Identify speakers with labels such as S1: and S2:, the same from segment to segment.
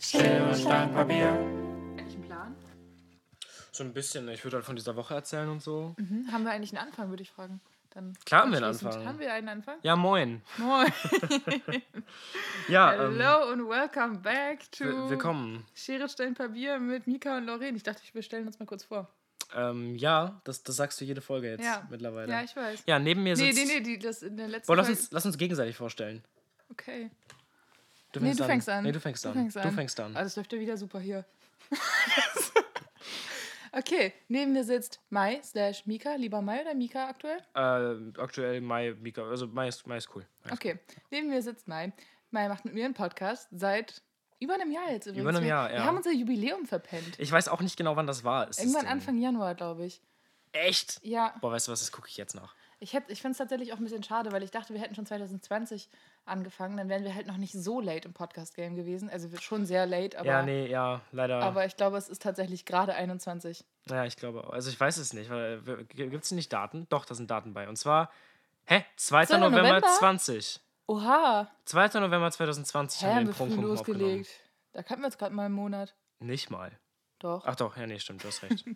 S1: Schere, Stein, Papier.
S2: Eigentlich einen Plan?
S3: Schon ein bisschen. Ich würde halt von dieser Woche erzählen und so.
S2: Mhm. Haben wir eigentlich einen Anfang, würde ich fragen. Dann
S3: Klar haben wir einen
S2: anschließend.
S3: Anfang.
S2: Haben wir einen Anfang?
S3: Ja, moin.
S2: Moin.
S3: Ja, ähm,
S2: Hello und welcome back to
S3: wi- willkommen.
S2: Schere, Stein, Papier mit Mika und Lauren. Ich dachte, wir stellen uns mal kurz vor.
S3: Ähm, ja, das, das sagst du jede Folge jetzt
S2: Ja.
S3: mittlerweile.
S2: Ja,
S3: Ja,
S2: ich weiß.
S3: neben mir
S2: Nee,
S3: sitzt...
S2: nee, nee, die, das in der letzten
S3: Boah, lass
S2: Folge-
S3: uns, lass uns gegenseitig vorstellen.
S2: Okay.
S3: Du
S2: Nee, du fängst an.
S3: Nee, du fängst an. Du fängst an.
S2: Also es läuft ja wieder super hier. okay, neben mir sitzt Mai slash Mika. Lieber Mai oder Mika aktuell?
S3: Äh, aktuell Mai, Mika. Also Mai ist, Mai ist cool. Mai ist
S2: Okay, neben mir sitzt Mai. Mai macht mit mir einen Podcast seit über einem Jahr jetzt übrigens.
S3: Über einem
S2: Wir-
S3: Jahr,
S2: Wir
S3: ja.
S2: haben unser Jubiläum verpennt.
S3: cool. Ich weiß auch nicht genau, wann das war. Ist es
S2: Irgendwann
S3: denn-
S2: Anfang Januar, glaube ich.
S3: Echt?
S2: Ja,
S3: Boah, weißt du was, das gucke ich jetzt nach.
S2: ich, hätt- ich finde es tatsächlich auch ein bisschen schade, weil ich dachte, wir hätten schon 2020 angefangen. Dann wären wir halt noch nicht so late im Podcast-Game gewesen. Also wir- schon sehr late, aber,
S3: ja, nee, ja, leider.
S2: aber ich glaube, es ist tatsächlich gerade 21.
S3: Naja, ich glaube auch. Also ich weiß es nicht. Gibt es nicht Daten? Doch, da sind Daten bei. Und zwar, hä? 2.
S2: 2.
S3: November,
S2: November?
S3: 20.
S2: Oha!
S3: 2. November 2020
S2: Hä, haben wir früh
S3: Prunken aufgenommen.
S2: losgelegt. Da kannten wir jetzt gerade mal einen Monat.
S3: Nicht mal.
S2: Doch. Ach,
S3: Ach doch, ja, nee, stimmt, du hast recht.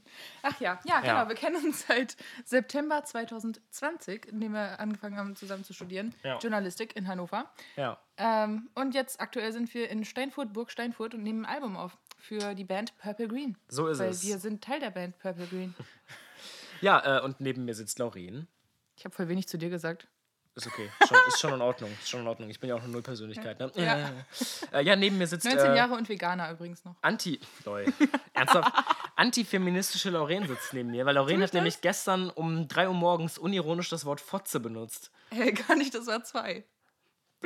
S2: ja, ja,
S3: Ja.
S2: genau. Wir kennen uns seit September 2020, indem wir angefangen haben, zusammen zu studieren.
S3: Ja.
S2: Journalistik in Hannover.
S3: ja.
S2: Ähm, und jetzt aktuell sind wir in Steinfurt, Burg Steinfurt und nehmen ein Album auf für die Band Purple Green.
S3: So ist
S2: weil
S3: es.
S2: wir sind Teil der Band Purple Green.
S3: Ja, äh, und neben mir sitzt Laurin.
S2: Ich habe voll wenig zu dir gesagt.
S3: Ist okay. Schon, ist schon in Ordnung. Ist schon in Ordnung. Ich bin ja auch eine Nullpersönlichkeit. Ne?
S2: Ja.
S3: Äh, ja, neben mir sitzt
S2: 19
S3: äh,
S2: Jahre und Veganer übrigens noch.
S3: Anti. Lol. Ernsthaft? Antifeministische Lauren sitzt neben mir, weil Lauren hat nämlich gestern um 3 Uhr morgens unironisch das Wort Fotze benutzt.
S2: Hey, Äh, gar nicht, das war zwei.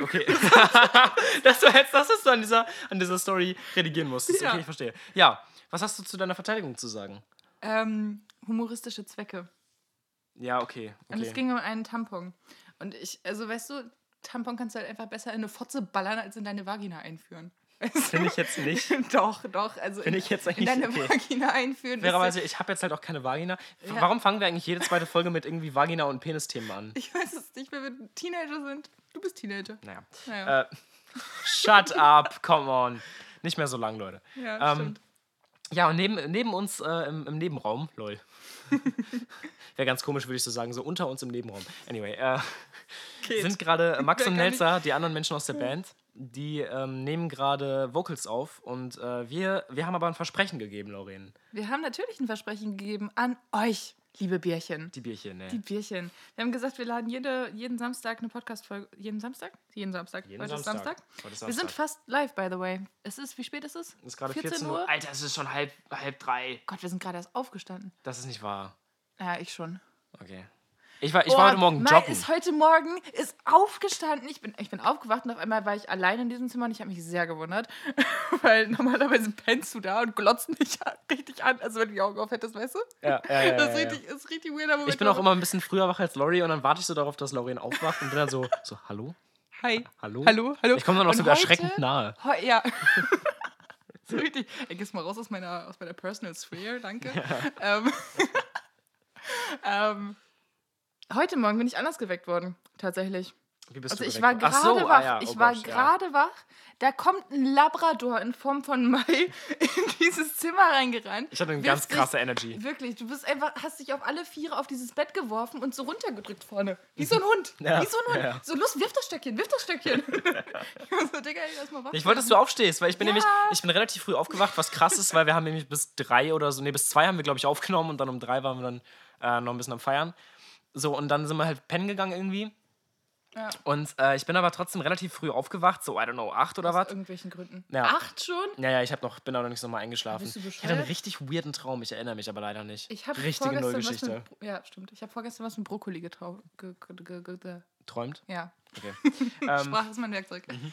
S3: Okay. das war jetzt das, was du an dieser, an dieser Story redigieren musstest.
S2: Ja.
S3: Okay, ich verstehe. Ja, was hast du zu deiner Verteidigung zu sagen?
S2: Ähm, humoristische Zwecke.
S3: Ja, okay. okay.
S2: Und es ging um einen Tampon. Und ich, also weißt du, Tampon kannst du halt einfach besser in eine Fotze ballern, als in deine Vagina einführen.
S3: Finde ich jetzt nicht.
S2: doch, doch. Also in,
S3: Finde ich jetzt
S2: in
S3: eigentlich
S2: deine
S3: okay.
S2: Vagina einführen. ist-
S3: Fairerweise, ich habe jetzt halt auch keine Vagina. W- Warum fangen wir eigentlich jede zweite Folge mit irgendwie Vagina- und Penis-Themen an?
S2: ich weiß es nicht, weil wir Teenager sind. Du bist Teenager.
S3: Naja.
S2: Naja,
S3: Äh, shut up, come on. Nicht mehr so lang, Leute.
S2: ja,
S3: ähm,
S2: stimmt.
S3: Ja, und neben, neben uns äh, im, im Nebenraum, lol. Wäre ganz komisch, würde ich so sagen, so unter uns im Nebenraum. Anyway, äh, sind gerade Max
S2: Wer
S3: und
S2: kann
S3: Nelsa, die anderen Menschen aus der Band, die ähm, nehmen gerade Vocals auf und äh, wir, wir haben aber ein Versprechen gegeben, Lauren.
S2: Wir haben natürlich ein Versprechen gegeben an euch, liebe Bierchen.
S3: Die Bierchen, ne?
S2: Die Bierchen. Wir haben gesagt, wir laden jede, jeden Samstag eine Podcast-Folge. Jeden Samstag? Jeden Samstag.
S3: Jeden
S2: Heute ist
S3: Samstag.
S2: Samstag.
S3: Heute ist
S2: Wir sind
S3: Samstag.
S2: fast live, by the way. Es ist, wie spät ist es?
S3: Es ist gerade 14, Uhr. Alter, es ist schon halb, halb drei.
S2: Gott, wir sind gerade erst aufgestanden.
S3: Das ist nicht wahr.
S2: Ja, ich schon.
S3: Okay. Ich war, ich war heute Morgen
S2: Oh, Mai
S3: joggen.
S2: ist heute Morgen ist aufgestanden. Ich bin, ich bin aufgewacht und auf einmal war ich allein in diesem Zimmer und ich habe mich sehr gewundert, weil normalerweise pennst du da und glotzt mich richtig an, also wenn du die Augen auf hättest, weißt du?
S3: Ja, ja, ja,
S2: das ist
S3: ja, ja.
S2: richtig, ist richtig weirder Moment.
S3: Ich bin auch immer ein bisschen früher wach als Laurie und dann warte ich so darauf, dass Lauren aufwacht und bin dann so, so hallo?
S2: Hi.
S3: Hallo?
S2: Hallo, hallo.
S3: Ich komme dann auch
S2: Und
S3: sogar
S2: heute-
S3: erschreckend nahe.
S2: Ho ja. so richtig. Ey, gehst mal raus aus meiner, aus meiner Personal Sphere, danke. Ähm, ähm, heute Morgen bin ich anders geweckt worden, tatsächlich.
S3: Wie bist
S2: Also
S3: du
S2: ich war
S3: geweckt
S2: gerade
S3: worden? Ach so,
S2: wach.
S3: ah ja, oh
S2: ich war
S3: Gott, ja.
S2: gerade wach. Da kommt ein Labrador in Form von Mai in dieses Zimmer reingerannt.
S3: Ich hatte eine
S2: Wirft
S3: ganz
S2: sich-
S3: krasse Energy.
S2: Wirklich, du bist einfach, hast dich auf alle Viere auf dieses Bett geworfen und so runtergedrückt vorne. Wie so ein Hund.
S3: Ja,
S2: Wie so ein Hund.
S3: ja.
S2: So, los, wirf das Stöckchen, wirf das Stöckchen. ich war so, Digga, ich lass mal wach.
S3: Ich wollte, dass du aufstehst, weil ich bin
S2: Ja.
S3: nämlich, ich bin relativ früh aufgewacht, was krass ist, weil wir haben nämlich bis drei oder so, nee, bis zwei haben wir, glaube ich, aufgenommen und dann um drei waren wir dann äh, noch ein bisschen am Feiern. So, und dann sind wir halt pennen gegangen irgendwie.
S2: Ja.
S3: Und äh, ich bin aber trotzdem relativ früh aufgewacht, so, I don't know, acht oder
S2: Aus
S3: was?
S2: irgendwelchen Gründen.
S3: Ja.
S2: Acht schon?
S3: Naja, ich hab noch, bin auch noch nicht so mal eingeschlafen.
S2: Bist du
S3: ich hatte einen
S2: bescheuert?
S3: richtig weirden Traum, ich erinnere mich aber leider nicht.
S2: Ich habe
S3: Richtige
S2: vorgestern was
S3: Nullgeschichte.
S2: mit, Bro- Ja, stimmt. Ich habe vorgestern was mit Brokkoli getraut. Ge ge ge ge
S3: Träumt?
S2: ja,
S3: Okay. Ähm.
S2: Sprache ist mein Werkzeug.
S3: Mhm.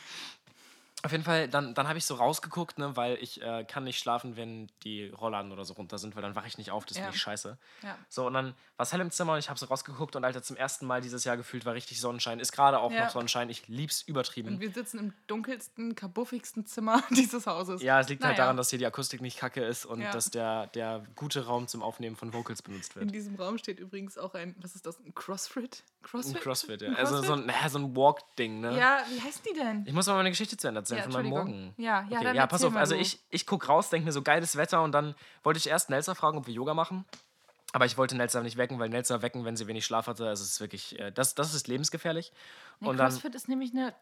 S3: Auf jeden Fall, dann, dann habe ich so rausgeguckt, ne, weil ich äh, kann nicht schlafen, wenn die Rollladen oder so runter sind, weil dann wache ich nicht auf, das
S2: Ja.
S3: finde ich scheiße.
S2: Ja.
S3: So, und dann war es hell im Zimmer und ich habe so rausgeguckt und Alter, zum ersten Mal dieses Jahr gefühlt war richtig Sonnenschein. Ist gerade auch
S2: Ja.
S3: noch Sonnenschein. Ich lieb's übertrieben.
S2: Und wir sitzen im dunkelsten, kabuffigsten Zimmer dieses Hauses.
S3: ja, es liegt halt
S2: Naja,
S3: daran, dass hier die Akustik nicht kacke ist und
S2: Ja.
S3: dass der, der gute Raum zum Aufnehmen von Vocals benutzt
S2: In
S3: wird.
S2: diesem Raum steht übrigens auch ein, was ist das, ein Crossfit?
S3: Ein
S2: CrossFit?
S3: Crossfit, ja.
S2: Ein
S3: Also so ein, naja, so ein Walk-Ding, ne?
S2: Ja, wie heißt die denn?
S3: Ich muss mal meine Geschichte zu Ende erzählen
S2: Ja,
S3: von meinem
S2: Entschuldigung.
S3: Morgen.
S2: Ja, ja, dann
S3: ja, pass
S2: erzähl
S3: auf.
S2: mal
S3: Also
S2: du.
S3: ich, ich guck raus, denke mir so geiles Wetter und dann wollte ich erst Nelsa fragen, ob wir Yoga machen. Aber ich wollte Nelsa nicht wecken, weil Nelsa wecken, wenn sie wenig Schlaf hatte. Also es ist wirklich, äh, das, das ist lebensgefährlich.
S2: Nee,
S3: und dann
S2: CrossFit ist nämlich eine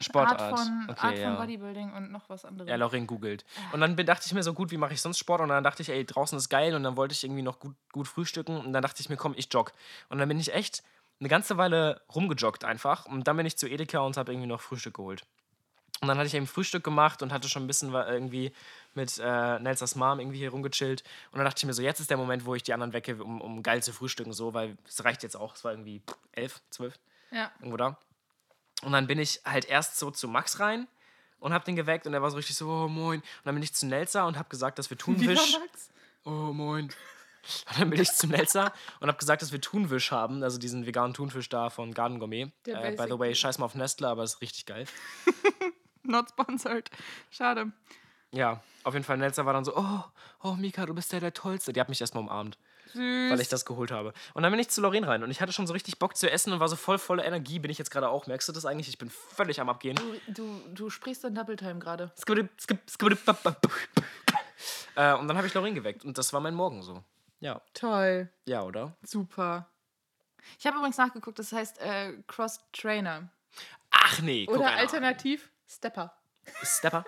S3: Sportart.
S2: Art von,
S3: okay,
S2: Art von
S3: ja.
S2: Bodybuilding und noch was anderes.
S3: Ja, Laurin googelt. Und dann bin- dachte ich mir so, gut, wie mache ich sonst Sport? Und dann dachte ich, ey, draußen ist geil. Und dann wollte ich irgendwie noch gut, gut frühstücken. Und dann dachte ich mir, komm, ich jogge. Und dann bin ich echt eine ganze Weile rumgejoggt einfach. Und dann bin ich zu Edeka und habe irgendwie noch Frühstück geholt. Und dann hatte ich eben Frühstück gemacht und hatte schon ein bisschen wa- irgendwie mit äh, Nelsas Mom irgendwie hier rumgechillt. Und dann dachte ich mir so, jetzt ist der Moment, wo ich die anderen wecke, um, um geil zu frühstücken, so, weil es reicht jetzt auch. Es war irgendwie pff, elf, zwölf
S2: ja.
S3: irgendwo da. Und dann bin ich halt erst so zu Max rein und hab den geweckt und er war so richtig so, oh moin. Und dann bin ich zu Nelsa und hab gesagt, dass wir
S2: Wieder
S3: Thunwisch.
S2: Max?
S3: Oh moin. Und dann bin ich zu Nelsa und hab gesagt, dass wir Thunwisch haben, also diesen veganen Thunfisch da von Garden Gourmet.
S2: Der
S3: Äh, by the
S2: Basic-
S3: way, scheiß mal auf Nestle, aber ist richtig geil.
S2: Not sponsored. Schade.
S3: Ja, auf jeden Fall, Nelsa war dann so, oh, oh Mika, du bist ja der Tollste. Die hat mich erstmal umarmt.
S2: Süß.
S3: weil ich das geholt habe. Und dann bin ich zu Lorraine rein und ich hatte schon so richtig Bock zu essen und war so voll voller Energie. Bin ich jetzt gerade auch. Merkst du das eigentlich? Ich bin völlig am Abgehen.
S2: du, du, du sprichst in Double Time gerade.
S3: Skibidi, skib, skibidi, bap, bap, bap, bap. Äh, und dann habe ich Lorraine geweckt und das war mein Morgen so. Ja.
S2: Toll.
S3: Ja, oder?
S2: Super. Ich habe übrigens nachgeguckt, das heißt äh, Cross Trainer.
S3: Ach nee, guck
S2: Oder
S3: einer.
S2: alternativ Stepper.
S3: Stepper.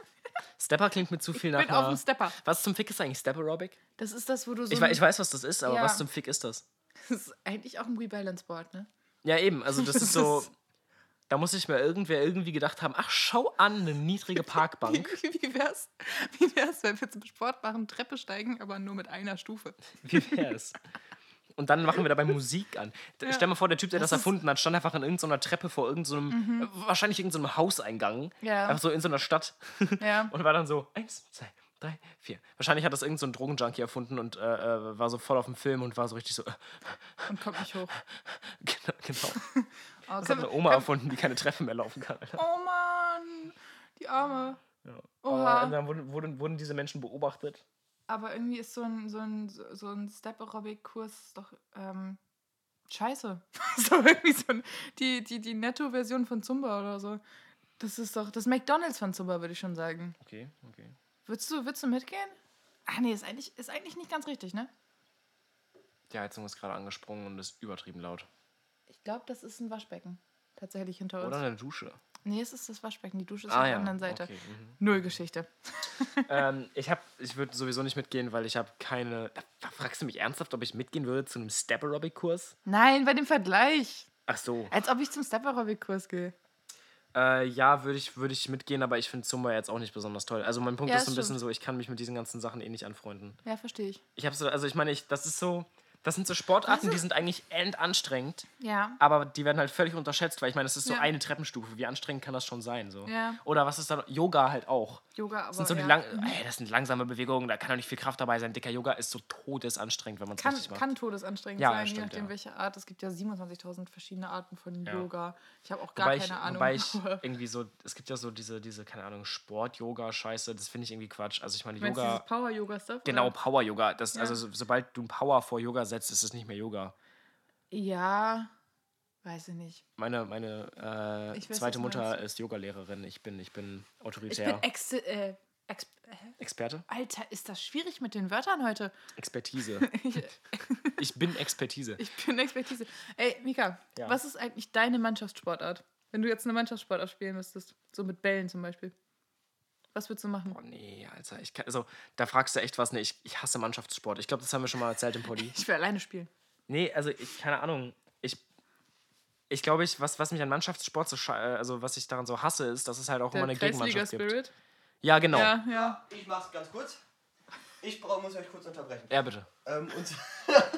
S3: Stepper klingt mir zu viel nach.
S2: Bin auf dem
S3: einer-
S2: Stepper.
S3: Was zum Fick ist eigentlich Stepper Aerobic?
S2: Das ist das, wo du so.
S3: Ich,
S2: ein-
S3: wei- ich weiß, was das ist, aber
S2: Ja.
S3: was zum Fick ist das?
S2: Das ist eigentlich auch ein Rebalance-Board, ne?
S3: Ja, eben, also das ist so.
S2: Das ist-
S3: Da muss sich mir irgendwer irgendwie gedacht haben, ach, schau an, eine niedrige Parkbank.
S2: Wie, wie, wär's, wie wär's, wenn wir zum Sport machen, Treppe steigen, aber nur mit einer Stufe?
S3: Wie wär's? Und dann machen wir dabei Musik an. D-
S2: Ja.
S3: Stell mal vor, der Typ, der das,
S2: Das ist- Mhm.
S3: erfunden hat, stand einfach an irgendeiner Treppe vor irgendeinem, äh, wahrscheinlich irgendeinem Hauseingang.
S2: Ja.
S3: Einfach so in so einer Stadt.
S2: Ja.
S3: Und war dann so, eins, zwei, drei, vier. Wahrscheinlich hat das irgendein so ein Drogenjunkie erfunden und äh, äh, war so voll auf dem Film und war so richtig so, äh,
S2: Und kommt nicht hoch.
S3: genau, genau.
S2: Oh,
S3: Das hat
S2: können
S3: eine
S2: wir-
S3: Oma erfunden, die keine Treppen mehr laufen kann. Alter.
S2: oh Mann, die Arme. Oha.
S3: Aber Oh, dann wurden, wurden, wurden diese Menschen beobachtet.
S2: Aber irgendwie ist so ein, so ein, so ein Step-Aerobic-Kurs doch ähm, scheiße. so irgendwie so ein, die, die, die Netto-Version von Zumba oder so. Das ist doch das McDonalds von Zumba, würde ich schon sagen.
S3: Okay, okay.
S2: Würdest du, würdest du mitgehen? Ach nee, ist eigentlich, ist eigentlich nicht ganz richtig, ne?
S3: Die Heizung ist gerade angesprungen und ist übertrieben laut.
S2: Ich glaube, das ist ein Waschbecken. Tatsächlich hinter uns.
S3: Oder eine Dusche.
S2: Nee, es ist das Waschbecken. Die Dusche ist auf der anderen Seite.
S3: okay, mhm.
S2: Null Geschichte.
S3: ähm, ich hab, ich würde sowieso nicht mitgehen, weil ich habe keine. Fragst du mich ernsthaft, ob ich mitgehen würde zu einem Step Aerobic Kurs?
S2: Nein, bei dem Vergleich.
S3: Ach so.
S2: Als ob ich zum Step-Aerobic-Kurs gehe.
S3: Äh, ja, würde ich, würd ich mitgehen, aber ich finde Zumba jetzt auch nicht besonders toll. Also mein Punkt
S2: Ja,
S3: ist so ein
S2: das
S3: bisschen so, ich kann mich mit diesen ganzen Sachen eh nicht anfreunden.
S2: Ja, verstehe ich.
S3: Ich habe so, also ich meine, ich, das ist so, das sind so Sportarten,
S2: Das
S3: die sind eigentlich endanstrengend,
S2: Ja.
S3: aber die werden halt völlig unterschätzt, weil ich meine, es ist so
S2: Ja.
S3: eine Treppenstufe. Wie anstrengend kann das schon sein? So.
S2: Ja.
S3: Oder was ist dann Yoga halt auch?
S2: Yoga, aber.
S3: Das sind so die
S2: ja. Mhm.
S3: lang, ey, das sind langsame Bewegungen, da kann doch nicht viel Kraft dabei sein. Dicker Yoga ist so todesanstrengend, wenn man es
S2: Kann,
S3: richtig macht.
S2: kann todesanstrengend
S3: Ja,
S2: sein, je
S3: stimmt,
S2: nachdem
S3: ja.
S2: welche Art. Es gibt ja 27.000 verschiedene Arten von
S3: Ja.
S2: Yoga. Ich habe auch gar
S3: wobei
S2: keine
S3: ich,
S2: Ahnung.
S3: Wobei ich
S2: aber-
S3: irgendwie so, es gibt ja so diese, diese keine Ahnung, Sport-Yoga-Scheiße, das finde ich irgendwie Quatsch. Also ich meine,
S2: Meinst du
S3: Yoga,
S2: dieses Power-Yoga-Stuff?
S3: genau,
S2: Oder?
S3: Power-Yoga. Das,
S2: Ja.
S3: Also so, sobald du ein Power vor Yoga setzt, ist es nicht mehr Yoga.
S2: Ja, weiß ich nicht.
S3: Meine, meine äh,
S2: Ich weiß,
S3: zweite
S2: was du
S3: Mutter
S2: meinst.
S3: ist Yogalehrerin. Ich bin, ich bin
S2: Ich
S3: autoritär.
S2: bin ex äh, ex äh,
S3: Experte?
S2: Alter, ist das schwierig mit den Wörtern heute?
S3: Expertise.
S2: Ich,
S3: ich bin Expertise.
S2: ich bin Expertise. Ey, Mika,
S3: Ja.
S2: was ist eigentlich deine Mannschaftssportart? Wenn du jetzt eine Mannschaftssportart spielen müsstest, so mit Bällen zum Beispiel. Was würdest du machen?
S3: Oh nee, Alter. Ich kann, also, da fragst du echt was. Nee, ich, ich hasse Mannschaftssport. Ich glaube, das haben wir schon mal erzählt im Podi.
S2: Ich will alleine spielen.
S3: Nee, also ich, keine Ahnung. Ich, ich glaube, ich, was, was mich an Mannschaftssport so scha- äh, also was ich daran so hasse, ist, dass es halt auch immer eine Gegenmannschaft gibt.
S2: Kreisliga-Spirit?
S3: Ja, genau. Ja,
S2: Ja, ja.
S4: Ich mach's ganz kurz. Ich brauch, muss euch kurz unterbrechen.
S3: bitte.
S4: Ähm, und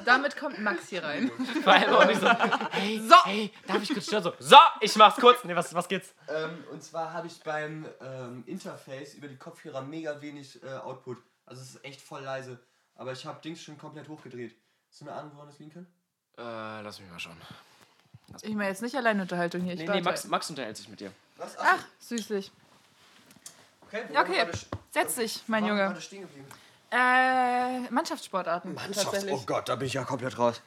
S2: Damit kommt Max hier rein.
S3: Vor allem auch nicht so, hey,
S2: So.
S3: hey, darf ich kurz stören? So, so, ich mach's kurz. Nee, was, was geht's?
S4: Ähm, und zwar habe ich beim ähm, Interface über die Kopfhörer mega wenig äh, Output. Also es ist echt voll leise. Aber ich habe Dings schon komplett hochgedreht. Hast du eine Ahnung, woran das liegen kann?
S3: Äh, lass mich mal schauen.
S2: Ich meine jetzt nicht Alleinunterhaltung hier. Ich
S3: Nee,
S2: warte.
S3: nee, Max, Max unterhält sich mit dir.
S4: Was?
S2: Ach, süßlich.
S4: okay.
S2: okay. Setz dich, mein Junge.
S4: stehen geblieben.
S2: Äh, Mannschaftssportarten.
S4: Mannschafts.
S2: tatsächlich.
S4: Oh Gott, da bin ich ja komplett raus.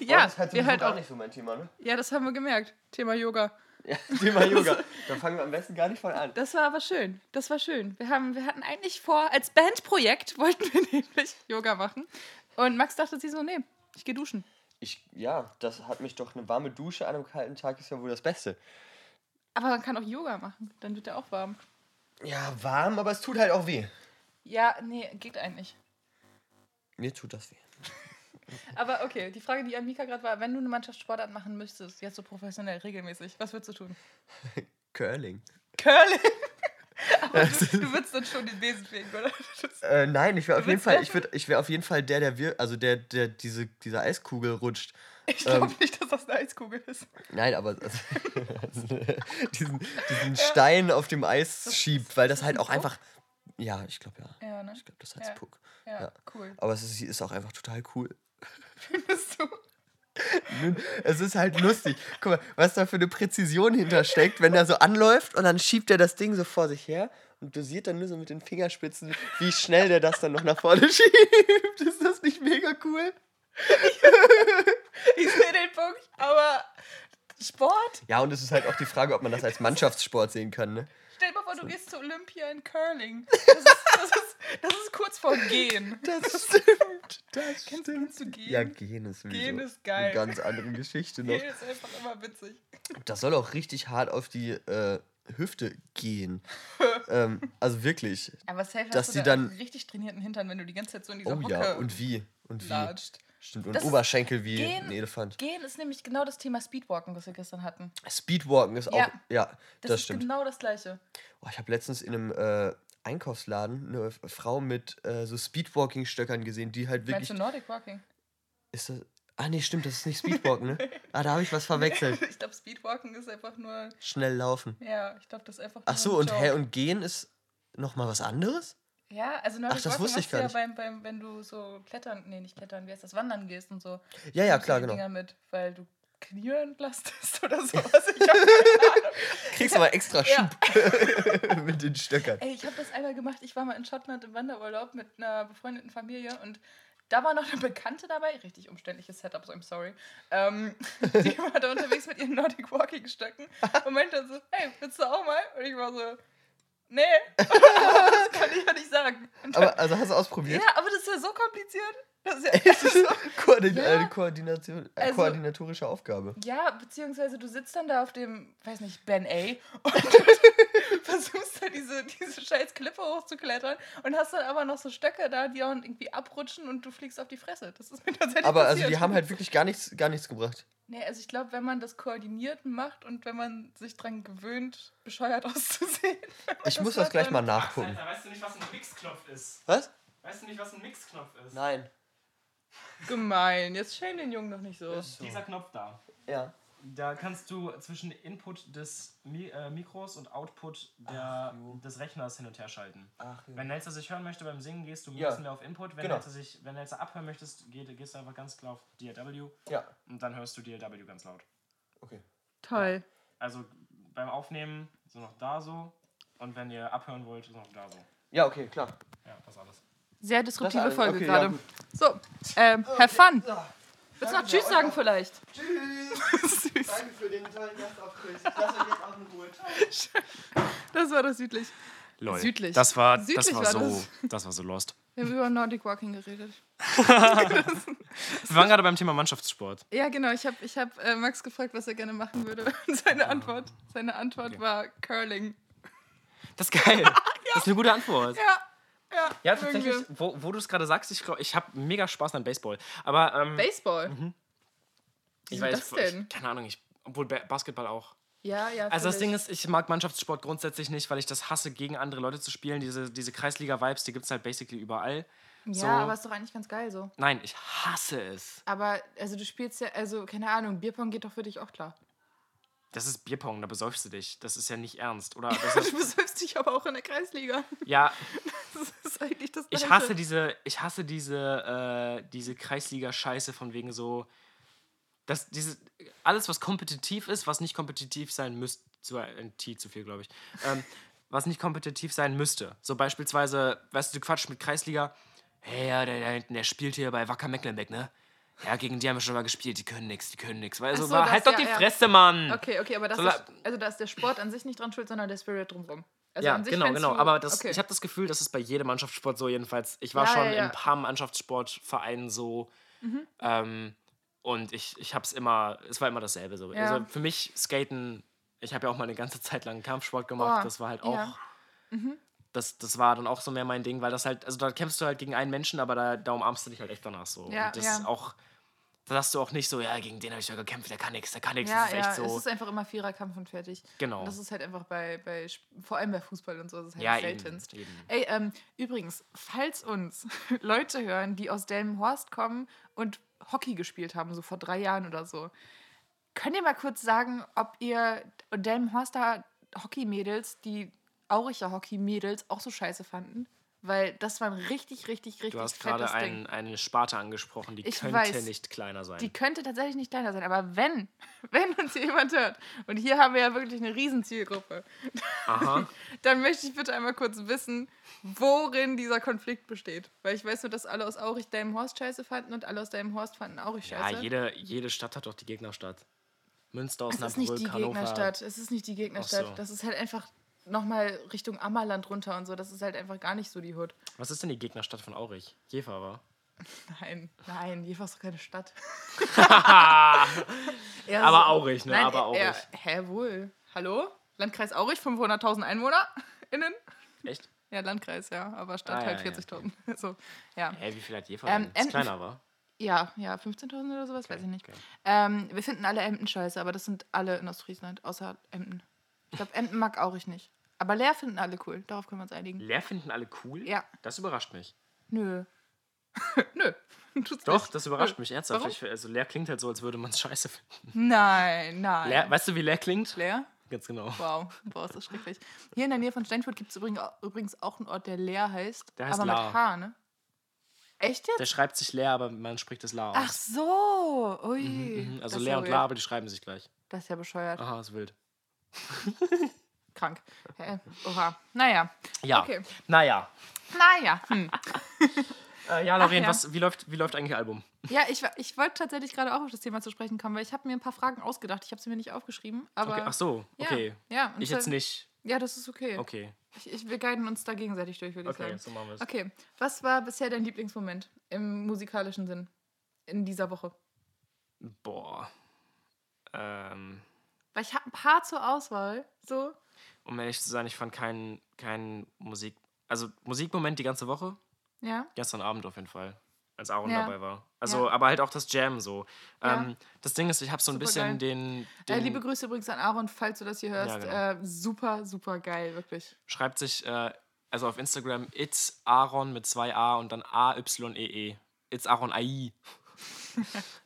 S2: ja,
S3: Oh,
S4: das ist halt
S2: wir
S4: sowieso
S2: halt
S4: gar
S2: auch.
S4: nicht so mein Thema, ne?
S2: Ja, das haben wir gemerkt. Thema Yoga.
S4: Ja, Thema Yoga. Da fangen wir am besten gar nicht von an.
S2: Das war aber schön. Das war schön. Wir, haben, wir hatten eigentlich vor, als Bandprojekt wollten wir nämlich Yoga machen. Und Max dachte sich so, nee, ich gehe duschen.
S4: Ich, ja, das hat mich doch eine warme Dusche an einem kalten Tag ist ja wohl das Beste.
S2: Aber man kann auch Yoga machen, dann wird er auch warm.
S4: Ja, warm, aber es tut halt auch weh.
S2: Ja, nee, geht eigentlich.
S4: Mir tut das weh.
S2: Aber okay, die Frage, die an Mika gerade war, wenn du eine Mannschaftssportart machen müsstest, jetzt so professionell, regelmäßig, was würdest du tun?
S4: Curling.
S2: Curling! Aber du, du würdest dann schon den Besen fegen, oder?
S4: Äh, nein, ich wäre auf jeden
S2: willst
S4: Fall,
S2: werfen?
S4: ich würd, ich wäre auf jeden Fall der, der wir, also der, der diese, diese Eiskugel rutscht.
S2: Ich glaube nicht, dass das eine Eiskugel ist.
S4: Nein, aber also, diesen, diesen Stein auf dem Eis schiebt, weil das halt auch einfach. Ja, ich glaube ja.
S2: Ja, ne?
S4: Ich glaube, das heißt
S2: Ja.
S4: Puck.
S2: Ja,
S4: Ja.
S2: cool.
S4: Aber es ist, ist auch einfach total cool.
S2: Bist du?
S4: Nun, Es ist halt lustig. Guck mal, was da für eine Präzision hintersteckt, wenn der so anläuft und dann schiebt er das Ding so vor sich her und dosiert dann nur so mit den Fingerspitzen, wie schnell der das dann noch nach vorne schiebt. Ist das nicht mega cool?
S2: Ich sehe den Punkt, aber Sport?
S4: Ja, und es ist halt auch die Frage, ob man das als Mannschaftssport sehen kann. Ne?
S2: Stell dir mal vor, du gehst zur Olympia in Curling. Das ist, das ist, das ist kurz vor Gehen.
S4: Das stimmt. Das
S2: Kennst du zu Gehen?
S4: Ja, gehen ist sowieso
S2: Gehen ist geil.
S4: Eine ganz andere Geschichte noch.
S2: Gehen ist einfach immer witzig.
S4: Das soll auch richtig hart auf die äh, Hüfte gehen. ähm, also wirklich.
S2: Aber safe
S4: Dass
S2: hast
S4: die
S2: du da
S4: dann-
S2: einen richtig trainierten Hintern, wenn du die ganze Zeit so in dieser
S4: Oh
S2: Hocke
S4: ja, und wie? Und wie?
S2: latscht.
S4: Stimmt, und
S2: Das ist-
S4: Oberschenkel wie
S2: Gehen-
S4: ein Elefant.
S2: Gehen ist nämlich genau das Thema Speedwalken, was wir gestern hatten.
S4: Speedwalken ist
S2: Ja.
S4: auch. Ja,
S2: Das,
S4: das,
S2: ist
S4: stimmt.
S2: genau das gleiche.
S4: Oh, ich habe letztens in einem äh, Einkaufsladen eine F- Frau mit äh, so Speedwalking-Stöckern gesehen, die halt
S2: Meinst
S4: wirklich.
S2: du Nordic Walking?
S4: Ist das, ah, nee, stimmt, das ist nicht Speedwalken, ne? Ah, da habe ich was verwechselt.
S2: ich glaube, Speedwalken ist einfach nur.
S4: Schnell laufen.
S2: Ja, ich glaube, das ist einfach.
S4: Ach
S2: nur
S4: so,
S2: ein
S4: und
S2: Joke.
S4: hä, und gehen ist nochmal was anderes?
S2: Ja, also Nordic
S4: Ach, das
S2: Walking
S4: wusste ich
S2: machst
S4: gar
S2: du ja beim, beim, wenn du so klettern, nee, nicht klettern, wie heißt das, wandern gehst und so.
S4: Ja, ja,
S2: nimmst du
S4: klar,
S2: die
S4: genau.
S2: Dinger mit, weil du knieren lastest oder sowas. Ich hab keine Ahnung.
S4: Kriegst aber extra
S2: Ja.
S4: Schub mit den Stöckern.
S2: Ey, ich habe das einmal gemacht. Ich war mal in Schottland im Wanderurlaub mit einer befreundeten Familie und da war noch eine Bekannte dabei. Richtig umständliches Setup, so I'm sorry. Ähm, die war da unterwegs mit ihren Nordic Walking Stöcken und meinte dann so, hey, willst du auch mal? Und ich war so, nee. das kann ich ja nicht sagen. Und
S4: Aber also hast du
S2: ja,
S4: ausprobiert?
S2: aber das ist ja so kompliziert. Das ist ja, das ist so,
S4: Koordin
S2: Ja.
S4: Eine Koordination, äh,
S2: Also-
S4: koordinatorische Aufgabe.
S2: Ja, beziehungsweise du sitzt dann da auf dem, weiß nicht, Ben A und versuchst da diese, diese scheiß Klippe hochzuklettern und hast dann aber noch so Stöcke da, die auch irgendwie abrutschen und du fliegst auf die Fresse. Das ist mir tatsächlich
S4: Aber
S2: passiert.
S4: also die haben halt wirklich gar nichts, gar nichts gebracht.
S2: Nee, also ich glaube, wenn man das koordiniert macht und wenn man sich dran gewöhnt, bescheuert auszusehen. wenn man
S4: Ich muss das
S2: macht,
S4: gleich
S2: dann-
S4: mal nachgucken.
S3: Alter, weißt du nicht, was ein Mixknopf ist?
S4: Was?
S3: Weißt du nicht, was ein Mixknopf ist?
S4: Nein.
S2: Gemein. Jetzt schäm den Jungen noch nicht so.
S3: Dieser Knopf da.
S4: Ja.
S3: Da kannst du zwischen Input des Mi äh, Mikros und Output der, des Rechners hin und her schalten.
S4: Ach,
S3: Wenn Nelson sich hören möchte beim Singen, gehst du ein
S4: Ja.
S3: bisschen mehr auf Input. Wenn
S4: Genau.
S3: Nelson sich, wenn Nelson abhören möchtest, geht, gehst du einfach ganz klar auf DLW
S4: ja.
S3: und dann hörst du DLW ganz laut.
S4: Okay.
S2: Toll.
S3: Also beim Aufnehmen so noch da so und wenn ihr abhören wollt, ist noch da so.
S4: Ja, okay, klar.
S3: Ja, das alles.
S2: Sehr disruptive
S4: alles-
S2: Folge
S4: okay, ja,
S2: gerade.
S4: gut.
S2: so, ähm, have fun. Willst du noch
S4: Danke,
S2: Tschüss
S4: euch
S2: sagen
S4: auch.
S2: vielleicht?
S4: Tschüss.
S2: Süß.
S4: Danke für den tollen Gastauftritt. Ich lasse euch jetzt auch in Ruhe.
S2: Das war das südlich.
S3: Lol.
S2: Südlich.
S3: Das war, das
S2: Südlich
S3: war,
S2: war
S3: so,
S2: das.
S3: das. war so lost.
S2: Wir haben über Nordic Walking geredet.
S3: Wir waren gerade beim Thema Mannschaftssport.
S2: Ja, genau. Ich habe ich hab, äh, Max gefragt, was er gerne machen würde. Und seine Antwort, seine Antwort war Curling.
S3: Das ist geil. Das ist eine gute Antwort.
S2: Ja, ja.
S3: Ja,
S2: mögen
S3: tatsächlich,
S2: wir.
S3: wo, wo du es gerade sagst, ich glaube, ich habe mega Spaß an Baseball. Aber ähm,
S2: Baseball.
S3: ich
S2: Wieso
S3: weiß,
S2: das denn?
S3: Ich, keine Ahnung, ich, obwohl ba Basketball auch.
S2: Ja, ja.
S3: Also das
S2: völlig.
S3: Ding ist, ich mag Mannschaftssport grundsätzlich nicht, weil ich das hasse, gegen andere Leute zu spielen. Diese, diese Kreisliga-Vibes, die gibt es halt basically überall.
S2: Ja,
S3: so-
S2: aber ist doch eigentlich ganz geil so.
S3: Nein, ich hasse es.
S2: Aber, also du spielst ja, also keine Ahnung, Bierpong geht doch für dich auch klar.
S3: Das ist Bierpong, da besäufst du dich. Das ist ja nicht ernst, oder? Das ist,
S2: Du besäufst dich aber auch in der Kreisliga.
S3: ja,
S2: Das ist eigentlich das
S3: ich hasse diese, ich hasse diese, äh, diese Kreisliga-Scheiße von wegen so, dass diese, alles was kompetitiv ist, was nicht kompetitiv sein müsste, zu ein T zu viel, glaube ich, ähm, was nicht kompetitiv sein müsste. So beispielsweise, weißt du, du quatschst mit Kreisliga, hey, ja, der, der, hinten, der spielt hier bei Wacker Mecklenbeck, ne? Ja, gegen die haben wir schon mal gespielt, die können nix, die können nix. Weil so,
S2: so,
S3: war,
S2: das-
S3: halt doch
S2: ja,
S3: die
S2: ja.
S3: Fresse, Mann!
S2: Okay, okay, aber das
S3: Soll er-
S2: ist, also da ist der Sport an sich nicht dran schuld, sondern der Spirit drumherum. Also
S3: ja,
S2: an sich
S3: genau,
S2: fändst
S3: genau.
S2: du-
S3: Aber das,
S2: okay.
S3: ich habe das Gefühl, das ist bei jedem Mannschaftssport so jedenfalls. Ich war
S2: Ja,
S3: schon
S2: ja, Mhm.
S3: in
S2: ja.
S3: ein paar Mannschaftssportvereinen so. Ähm, und ich, ich habe es immer, es war immer dasselbe so.
S2: Ja.
S3: Also für mich Skaten, ich habe ja auch mal eine ganze Zeit lang Kampfsport gemacht.
S2: Oh,
S3: das war halt
S2: ja. Mhm.
S3: auch, das, das war dann auch so mehr mein Ding, weil das halt, also da kämpfst du halt gegen einen Menschen, aber da, da umarmst du dich halt echt danach so.
S2: Ja,
S3: und das
S2: ja.
S3: ist auch, da hast du auch nicht so, ja, gegen den habe ich ja gekämpft, der kann nichts, der kann nichts.
S2: ja,
S3: das ist
S2: ja,
S3: echt
S2: es
S3: so.
S2: ist einfach immer Viererkampf und fertig.
S3: Genau.
S2: Und das ist halt einfach bei, bei Sp- vor allem bei Fußball und so, das ist halt
S3: Ja, eben,
S2: seltenst.
S3: eben.
S2: Ey, ähm, übrigens, falls uns Leute hören, die aus Delmenhorst kommen und Hockey gespielt haben, so vor drei Jahren oder so, könnt ihr mal kurz sagen, ob ihr Delmenhorster Hockey-Mädels, die Auricher Hockey-Mädels, auch so scheiße fanden? Weil das war ein richtig, richtig, richtig
S3: Du hast gerade
S2: fettes
S3: einen,
S2: Ding.
S3: eine Sparte angesprochen, die
S2: Ich
S3: könnte
S2: weiß.
S3: nicht kleiner sein.
S2: Die könnte tatsächlich nicht kleiner sein, aber wenn, wenn uns hier jemand hört, und hier haben wir ja wirklich eine Riesenzielgruppe,
S3: Aha.
S2: dann möchte ich bitte einmal kurz wissen, worin dieser Konflikt besteht. Weil ich weiß nur, dass alle aus Aurich Delmenhorst scheiße fanden und alle aus Delmenhorst fanden Aurich
S3: Ja,
S2: scheiße.
S3: jede, jede Stadt hat doch die Gegnerstadt. Münster,
S2: es ist nicht die
S3: Osnabrück, Hannover.
S2: Gegnerstadt. Es ist nicht die Gegnerstadt.
S3: Ach so.
S2: Das ist halt einfach nochmal Richtung Ammerland runter und so. Das ist halt einfach gar nicht so die Hut.
S3: Was ist denn die Gegnerstadt von Aurich? Jever war.
S2: Nein, nein, Jever ist doch keine Stadt.
S3: Aber Aurich, ne?
S2: Nein,
S3: Aber Aurich.
S2: äh, äh, hä, wohl. Hallo? Landkreis Aurich, 500.000 Einwohner innen?
S3: Echt?
S2: Ja, Landkreis, ja, aber Stadt
S3: Ah, ja,
S2: halt
S3: ja.
S2: 40.000. So, ja.
S3: Hä, wie viel hat Jever
S2: Ähm,
S3: denn? Ist
S2: ähm,
S3: kleiner, war?
S2: ja, ja, 15.000 oder sowas, weiß ich nicht.
S3: okay.
S2: Ähm, wir finden alle Emden scheiße, aber das sind alle in Ostfriesland, außer Emden. Ich glaube, Emden mag Aurich nicht. Aber Leer finden alle cool, darauf können wir uns einigen.
S3: Leer finden alle cool?
S2: Ja.
S3: Das überrascht mich.
S2: Nö. Nö. Tut's
S3: Doch,
S2: nicht.
S3: das überrascht mich ernsthaft.
S2: Warum?
S3: Ich, also leer klingt halt so, als würde man es scheiße finden.
S2: Nein, nein.
S3: Leer, weißt du, wie leer klingt?
S2: Leer?
S3: Ganz genau.
S2: Wow, boah, ist das schrecklich. Hier in der Nähe von Steinfurt gibt es übrigens auch einen Ort, der Leer heißt.
S3: Der heißt
S2: aber
S3: Lahr.
S2: mit H, ne? Echt jetzt?
S3: Der schreibt sich leer, aber man spricht es la aus.
S2: Ach so. Ui.
S3: Mhm, Also
S2: Das ist
S3: leer
S2: ja
S3: und
S2: weird.
S3: la, aber die schreiben sich gleich.
S2: Das ist ja bescheuert.
S3: Aha, ist wild.
S2: Krank. Hä? Oha. Naja.
S3: Ja.
S2: Okay.
S3: Naja.
S2: Naja. Hm.
S3: Äh, ja, Lauren,
S2: ja.
S3: Was, wie, läuft, wie läuft eigentlich Ihr Album?
S2: Ja, ich, wa- ich wollte tatsächlich gerade auch auf das Thema zu sprechen kommen, weil ich habe mir ein paar Fragen ausgedacht. Ich habe sie mir nicht aufgeschrieben, aber...
S3: Okay, ach so,
S2: Ja,
S3: okay.
S2: Ja, und
S3: Ich
S2: zwar-
S3: jetzt nicht.
S2: Ja, das ist okay.
S3: Okay,
S2: Ich, ich, wir guiden uns da gegenseitig durch, würde ich
S3: okay,
S2: sagen.
S3: so machen wir es.
S2: Okay, was war bisher dein Lieblingsmoment im musikalischen Sinn in dieser Woche?
S3: Boah. Ähm,
S2: Weil ich habe ein paar zur Auswahl, so.
S3: um ehrlich zu sein, ich fand keinen keinen Musik. Also Musikmoment die ganze Woche.
S2: Ja,
S3: Gestern Abend auf jeden Fall. Als Aaron
S2: Ja.
S3: dabei war. Also, aber halt auch das Jam so.
S2: Ja.
S3: Ähm, das Ding ist, ich habe so ein
S2: Supergeil.
S3: bisschen den. den
S2: äh, liebe Grüße übrigens an Aaron, falls du das hier hörst.
S3: Ja, genau.
S2: äh, super, super geil, wirklich.
S3: schreibt sich, äh, also auf Instagram, it's Aaron mit zwei A und dann A-Y-E-E. It's Aaron AI.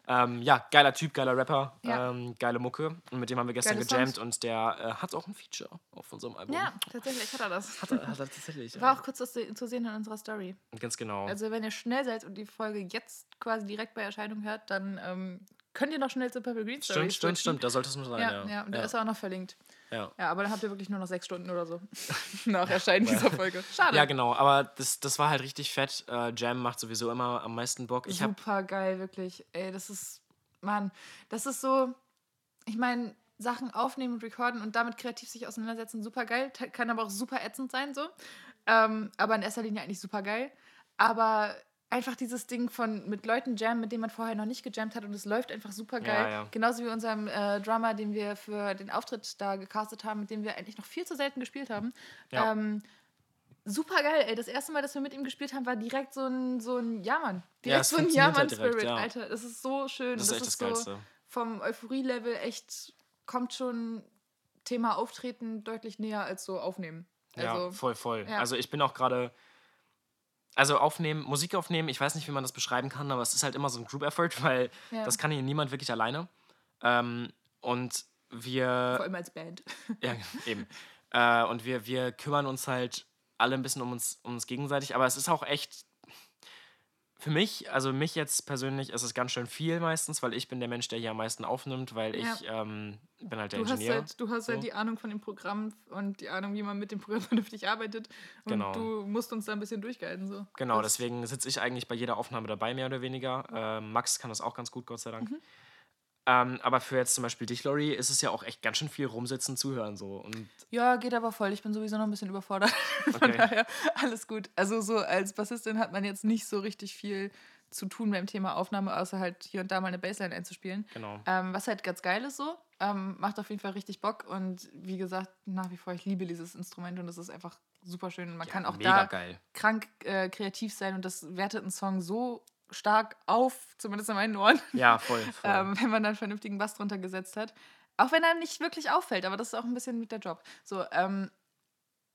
S3: ähm, ja, geiler Typ, geiler Rapper,
S2: Ja.
S3: ähm, geile Mucke. Und mit dem haben wir gestern
S2: Geile
S3: gejammt
S2: Songs.
S3: und der äh, hat auch ein Feature auf unserem Album.
S2: Ja, tatsächlich hat er das.
S3: Hat er, hat er tatsächlich. ja.
S2: War auch kurz zu se- zu sehen in unserer Story.
S3: Ganz genau.
S2: Also wenn ihr schnell seid und die Folge jetzt quasi direkt bei Erscheinung hört, dann ähm, könnt ihr noch schnell zur Purple Green Story
S3: stimmt, stimmt,
S2: switchen.
S3: stimmt. Da sollte es nur sein.
S2: Ja,
S3: Ja,
S2: ja, und da ist er auch noch verlinkt.
S3: ja.
S2: Ja, aber dann habt ihr wirklich nur noch sechs Stunden oder so nach Erscheinen dieser Folge. Schade.
S3: ja genau. Aber das, das war halt richtig fett. Äh, Jam macht sowieso immer am meisten Bock. Ich habe
S2: Super geil, wirklich. Ey, das ist, Mann, das ist so, ich meine, Sachen aufnehmen und recorden und damit kreativ sich auseinandersetzen, super geil. Te- Kann aber auch super ätzend sein, so. Ähm, aber in erster Linie eigentlich super geil. Aber einfach dieses Ding von mit Leuten jammen, mit denen man vorher noch nicht gejammt hat und es läuft einfach super geil.
S3: Ja, ja.
S2: Genauso wie unserem äh, Drama, den wir für den Auftritt da gecastet haben, mit dem wir eigentlich noch viel zu selten gespielt haben.
S3: Ja.
S2: Ähm, super geil, ey. Das erste Mal, dass wir mit ihm gespielt haben, war direkt so ein, so ein Ja-Mann. Direkt
S3: es
S2: so ein
S3: funktioniert halt
S2: Ja-Mann-Spirit,
S3: direkt, ja.
S2: Alter. Das ist so schön.
S3: das ist echt das Geilste.
S2: So vom Euphorie-Level echt, kommt schon Thema Auftreten deutlich näher als so Aufnehmen.
S3: ja,
S2: Also,
S3: voll, voll.
S2: ja.
S3: Also ich bin auch gerade, also aufnehmen, Musik aufnehmen, ich weiß nicht, wie man das beschreiben kann, aber es ist halt immer so ein Group-Effort, weil
S2: Ja.
S3: das kann hier niemand wirklich alleine. Ähm, und
S2: vor
S3: wir,
S2: allem als Band.
S3: ja, eben, äh, und wir, wir kümmern uns halt alle ein bisschen um uns, um uns gegenseitig, aber es ist auch echt, für mich, also mich jetzt persönlich, ist es ganz schön viel meistens, weil ich bin der Mensch, der hier am meisten aufnimmt, weil ich ähm, bin halt der
S2: Du hast,
S3: Ingenieur.
S2: halt, du hast halt
S3: so.
S2: die Ahnung von dem Programm und die Ahnung, wie man mit dem Programm vernünftig arbeitet. Und
S3: Genau.
S2: du musst uns da ein bisschen durchguiden. So.
S3: Genau,
S2: Das-
S3: deswegen sitze ich eigentlich bei jeder Aufnahme dabei, mehr oder weniger. Ähm, Max kann das auch ganz gut, Gott sei
S2: Mhm.
S3: Dank. Ähm, aber für jetzt zum Beispiel dich, Lori, ist es ja auch echt ganz schön viel rumsitzen, zuhören so. Und
S2: Ja, geht aber voll. Ich bin sowieso noch ein bisschen überfordert. Von
S3: Okay.
S2: daher alles gut. Also so als Bassistin hat man jetzt nicht so richtig viel zu tun beim Thema Aufnahme, außer halt hier und da mal eine Bassline einzuspielen.
S3: genau.
S2: Ähm, was halt ganz geil ist so. Ähm, macht auf jeden Fall richtig Bock und wie gesagt, nach wie vor, ich liebe dieses Instrument und es ist einfach super schön. Man
S3: Ja,
S2: kann auch
S3: mega
S2: da
S3: geil.
S2: krank äh, kreativ sein und das wertet einen Song so stark auf, zumindest in meinen Ohren,
S3: Ja, voll. voll.
S2: ähm, wenn man dann vernünftigen Bass drunter gesetzt hat. Auch wenn er nicht wirklich auffällt, aber das ist auch ein bisschen mit der Job. So, ähm,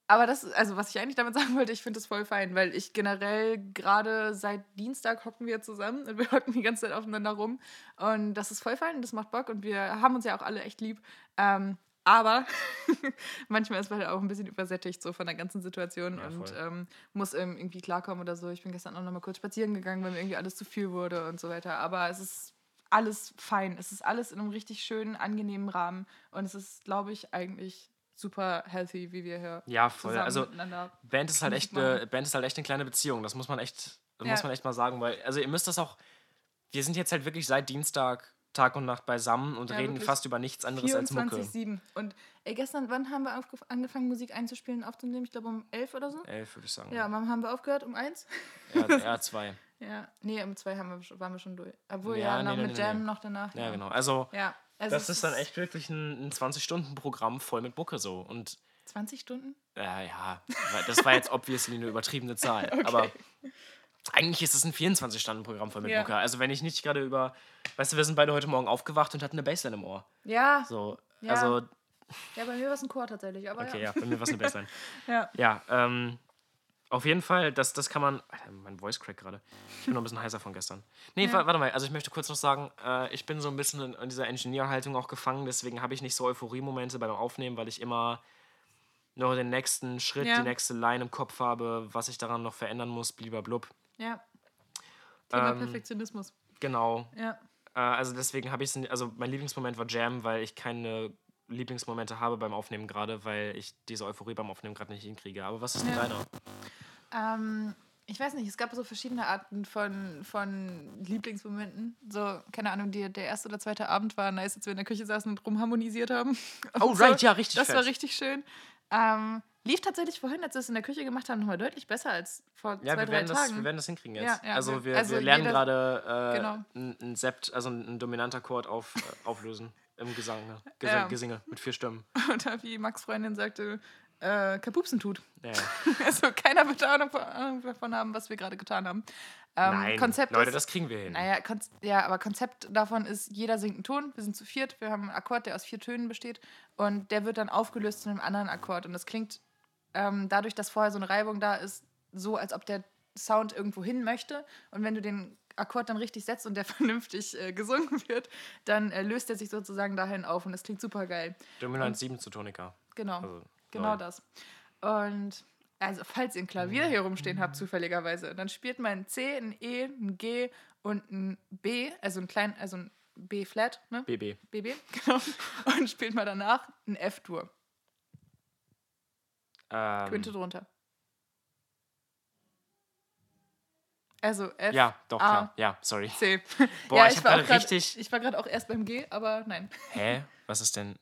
S2: aber das, also was ich eigentlich damit sagen wollte, ich finde das voll fein, weil ich generell gerade seit Dienstag hocken wir zusammen und wir hocken die ganze Zeit aufeinander rum. Und das ist voll fein, das macht Bock und wir haben uns ja auch alle echt lieb. Ähm, aber manchmal ist man halt auch ein bisschen übersättigt so von der ganzen Situation
S3: Ja,
S2: und
S3: voll.
S2: ähm, muss ähm, irgendwie klarkommen oder so. Ich bin gestern auch noch mal kurz spazieren gegangen, weil mir irgendwie alles zu viel wurde und so weiter. Aber es ist alles fein. Es ist alles in einem richtig schönen, angenehmen Rahmen. Und es ist, glaube ich, eigentlich super healthy, wie wir hier
S3: ja, voll.
S2: zusammen
S3: Also
S2: miteinander.
S3: Band ist halt
S2: Musik
S3: echt eine,
S2: machen.
S3: Band ist halt echt eine kleine Beziehung. Das muss man echt, das
S2: Ja.
S3: muss man echt mal sagen, weil also ihr müsst das auch. Wir sind jetzt halt wirklich seit Dienstag Tag und Nacht beisammen und
S2: Ja,
S3: reden
S2: wirklich.
S3: fast über nichts anderes als Mucke.
S2: 24-7. Und ey, gestern, wann haben wir aufgef- angefangen, Musik einzuspielen und aufzunehmen? Ich glaube um 11 oder so.
S3: Elf würde ich sagen.
S2: Ja, wann haben wir aufgehört? Um 1?
S3: R, R2.
S2: Ja. Nee, um 2 haben wir, schon- waren wir schon durch. Obwohl,
S3: Ja,
S2: ja,
S3: nee,
S2: noch
S3: nee,
S2: mit
S3: nee,
S2: Jam
S3: nee.
S2: noch danach.
S3: Ja, genau. Also
S2: Ja. Also
S3: das
S2: es
S3: ist dann echt wirklich ein, ein 20-Stunden-Programm voll mit Mucke so. Und
S2: 20 Stunden?
S3: äh, ja, weil- das war jetzt obviously eine übertriebene Zahl. Aber eigentlich ist es ein 24-Stunden-Programm voll mit
S2: Ja.
S3: Mucke. Also wenn ich nicht gerade über, weißt du, wir sind beide heute Morgen aufgewacht und hatten eine Bassline im Ohr.
S2: Ja.
S3: So,
S2: Ja.
S3: also
S2: Ja, bei mir war es ein Chor tatsächlich. Aber
S3: Okay, ja,
S2: ja.
S3: bei mir war es eine Bassline.
S2: Ja.
S3: ja ähm, auf jeden Fall, das, das kann man. Alter, mein Voice crack gerade. Ich bin noch ein bisschen heißer von gestern. Nee, wa- warte mal, also ich möchte kurz noch sagen, äh, ich bin so ein bisschen in, in dieser Ingenieurhaltung auch gefangen, deswegen habe ich nicht so Euphorie-Momente beim Aufnehmen, weil ich immer noch den nächsten Schritt,
S2: Ja.
S3: die nächste Line im Kopf habe, was ich daran noch verändern muss, blub.
S2: ja. Thema
S3: Ähm,
S2: Perfektionismus.
S3: Genau.
S2: Ja.
S3: Äh, also deswegen habe ich es, also mein Lieblingsmoment war Jam, weil ich keine Lieblingsmomente habe beim Aufnehmen gerade, weil ich diese Euphorie beim Aufnehmen gerade nicht hinkriege. Aber was ist denn
S2: Ja.
S3: deiner?
S2: Ähm, ich weiß nicht, es gab so verschiedene Arten von, von Lieblingsmomenten. So, keine Ahnung, die, der erste oder zweite Abend war nice, als wir in der Küche saßen und rumharmonisiert haben.
S3: Oh,
S2: Und
S3: right, ja, richtig
S2: Das war
S3: fett.
S2: richtig schön. Ähm, lief tatsächlich vorhin, als wir es in der Küche gemacht haben, nochmal deutlich besser als vor
S3: Ja,
S2: zwei,
S3: wir
S2: drei
S3: werden, das,
S2: Tagen.
S3: wir werden das hinkriegen jetzt.
S2: Ja, ja,
S3: also
S2: wir-
S3: wir,
S2: also
S3: wir lernen
S2: jeder-
S3: gerade äh,
S2: Genau.
S3: ein, ein Sept, also ein, ein dominanter Chord auf, äh, auflösen im Gesang, ne? Ges
S2: Ja.
S3: Gesinge mit vier Stimmen.
S2: Oder wie Max Freundin sagte, äh, Kapupsen tut.
S3: Ja.
S2: Also keiner wird Ahnung von- Ahnung davon haben, was wir gerade getan haben. Ähm,
S3: Nein,
S2: Konzept
S3: Leute,
S2: ist,
S3: das kriegen wir hin.
S2: Naja, Konz ja, aber Konzept davon ist, jeder singt einen Ton. Wir sind zu viert, wir haben einen Akkord, der aus vier Tönen besteht und der wird dann aufgelöst zu einem anderen Akkord. Und das klingt ähm, dadurch, dass vorher so eine Reibung da ist, so, als ob der Sound irgendwo hin möchte. Und wenn du den Akkord dann richtig setzt und der vernünftig äh, gesungen wird, dann äh, löst er sich sozusagen dahin auf und das klingt super geil.
S3: Dominant 7 zu Tonika.
S2: Genau.
S3: Also,
S2: genau
S3: lol.
S2: das. Und also, falls ihr ein Klavier hier rumstehen habt, zufälligerweise, dann spielt man ein C, ein E, ein G und ein B, also ein klein, also ein B-Flat, ne?
S3: BB.
S2: BB, genau. Und spielt mal danach ein F-Dur.
S3: Ähm,
S2: Quinte drunter. Also F,
S3: ja, doch,
S2: A,
S3: klar. Ja, sorry.
S2: C.
S3: Boah, ich hab
S2: war auch
S3: gerade
S2: grad-
S3: richtig-
S2: Ich war gerade auch erst beim G, aber nein.
S3: Hä? Was ist denn?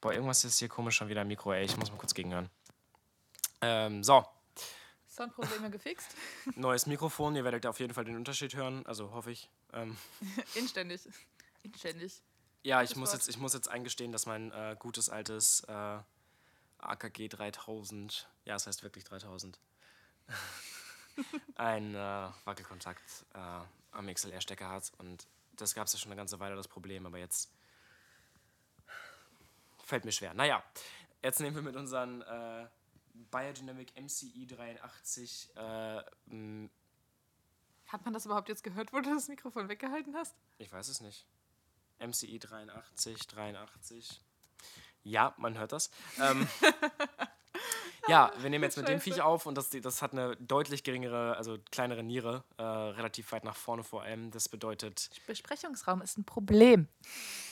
S3: Boah, irgendwas ist hier komisch schon wieder am Mikro, ey. Ich muss mal kurz gegenhören. Ähm, so,
S2: Soundprobleme gefixt.
S3: neues Mikrofon. Ihr werdet auf jeden Fall den Unterschied hören. Also hoffe ich. Ähm,
S2: Inständig. Inständig.
S3: ja, ich
S2: Das
S3: muss,
S2: war's.
S3: jetzt, ich muss jetzt eingestehen, dass mein äh, gutes altes äh, AKG 3000, ja, es heißt wirklich 3000, ein äh, Wackelkontakt äh, am XLR-Stecker hat. Und das gab es ja schon eine ganze Weile, das Problem. Aber jetzt Fällt mir schwer. Naja, jetzt nehmen wir mit unseren äh, Biodynamic MCI 83. Äh, m,
S2: Hat man das überhaupt jetzt gehört, wo du das Mikrofon weggehalten hast?
S3: ich weiß es nicht. E MCI 83, 83. Ja, man hört das. Ähm, Ja, wir nehmen jetzt mit dem
S2: Scheiße.
S3: Viech auf und das, das hat eine deutlich geringere, also kleinere Niere, äh, relativ weit nach vorne vor allem. Das bedeutet,
S2: Besprechungsraum ist ein Problem.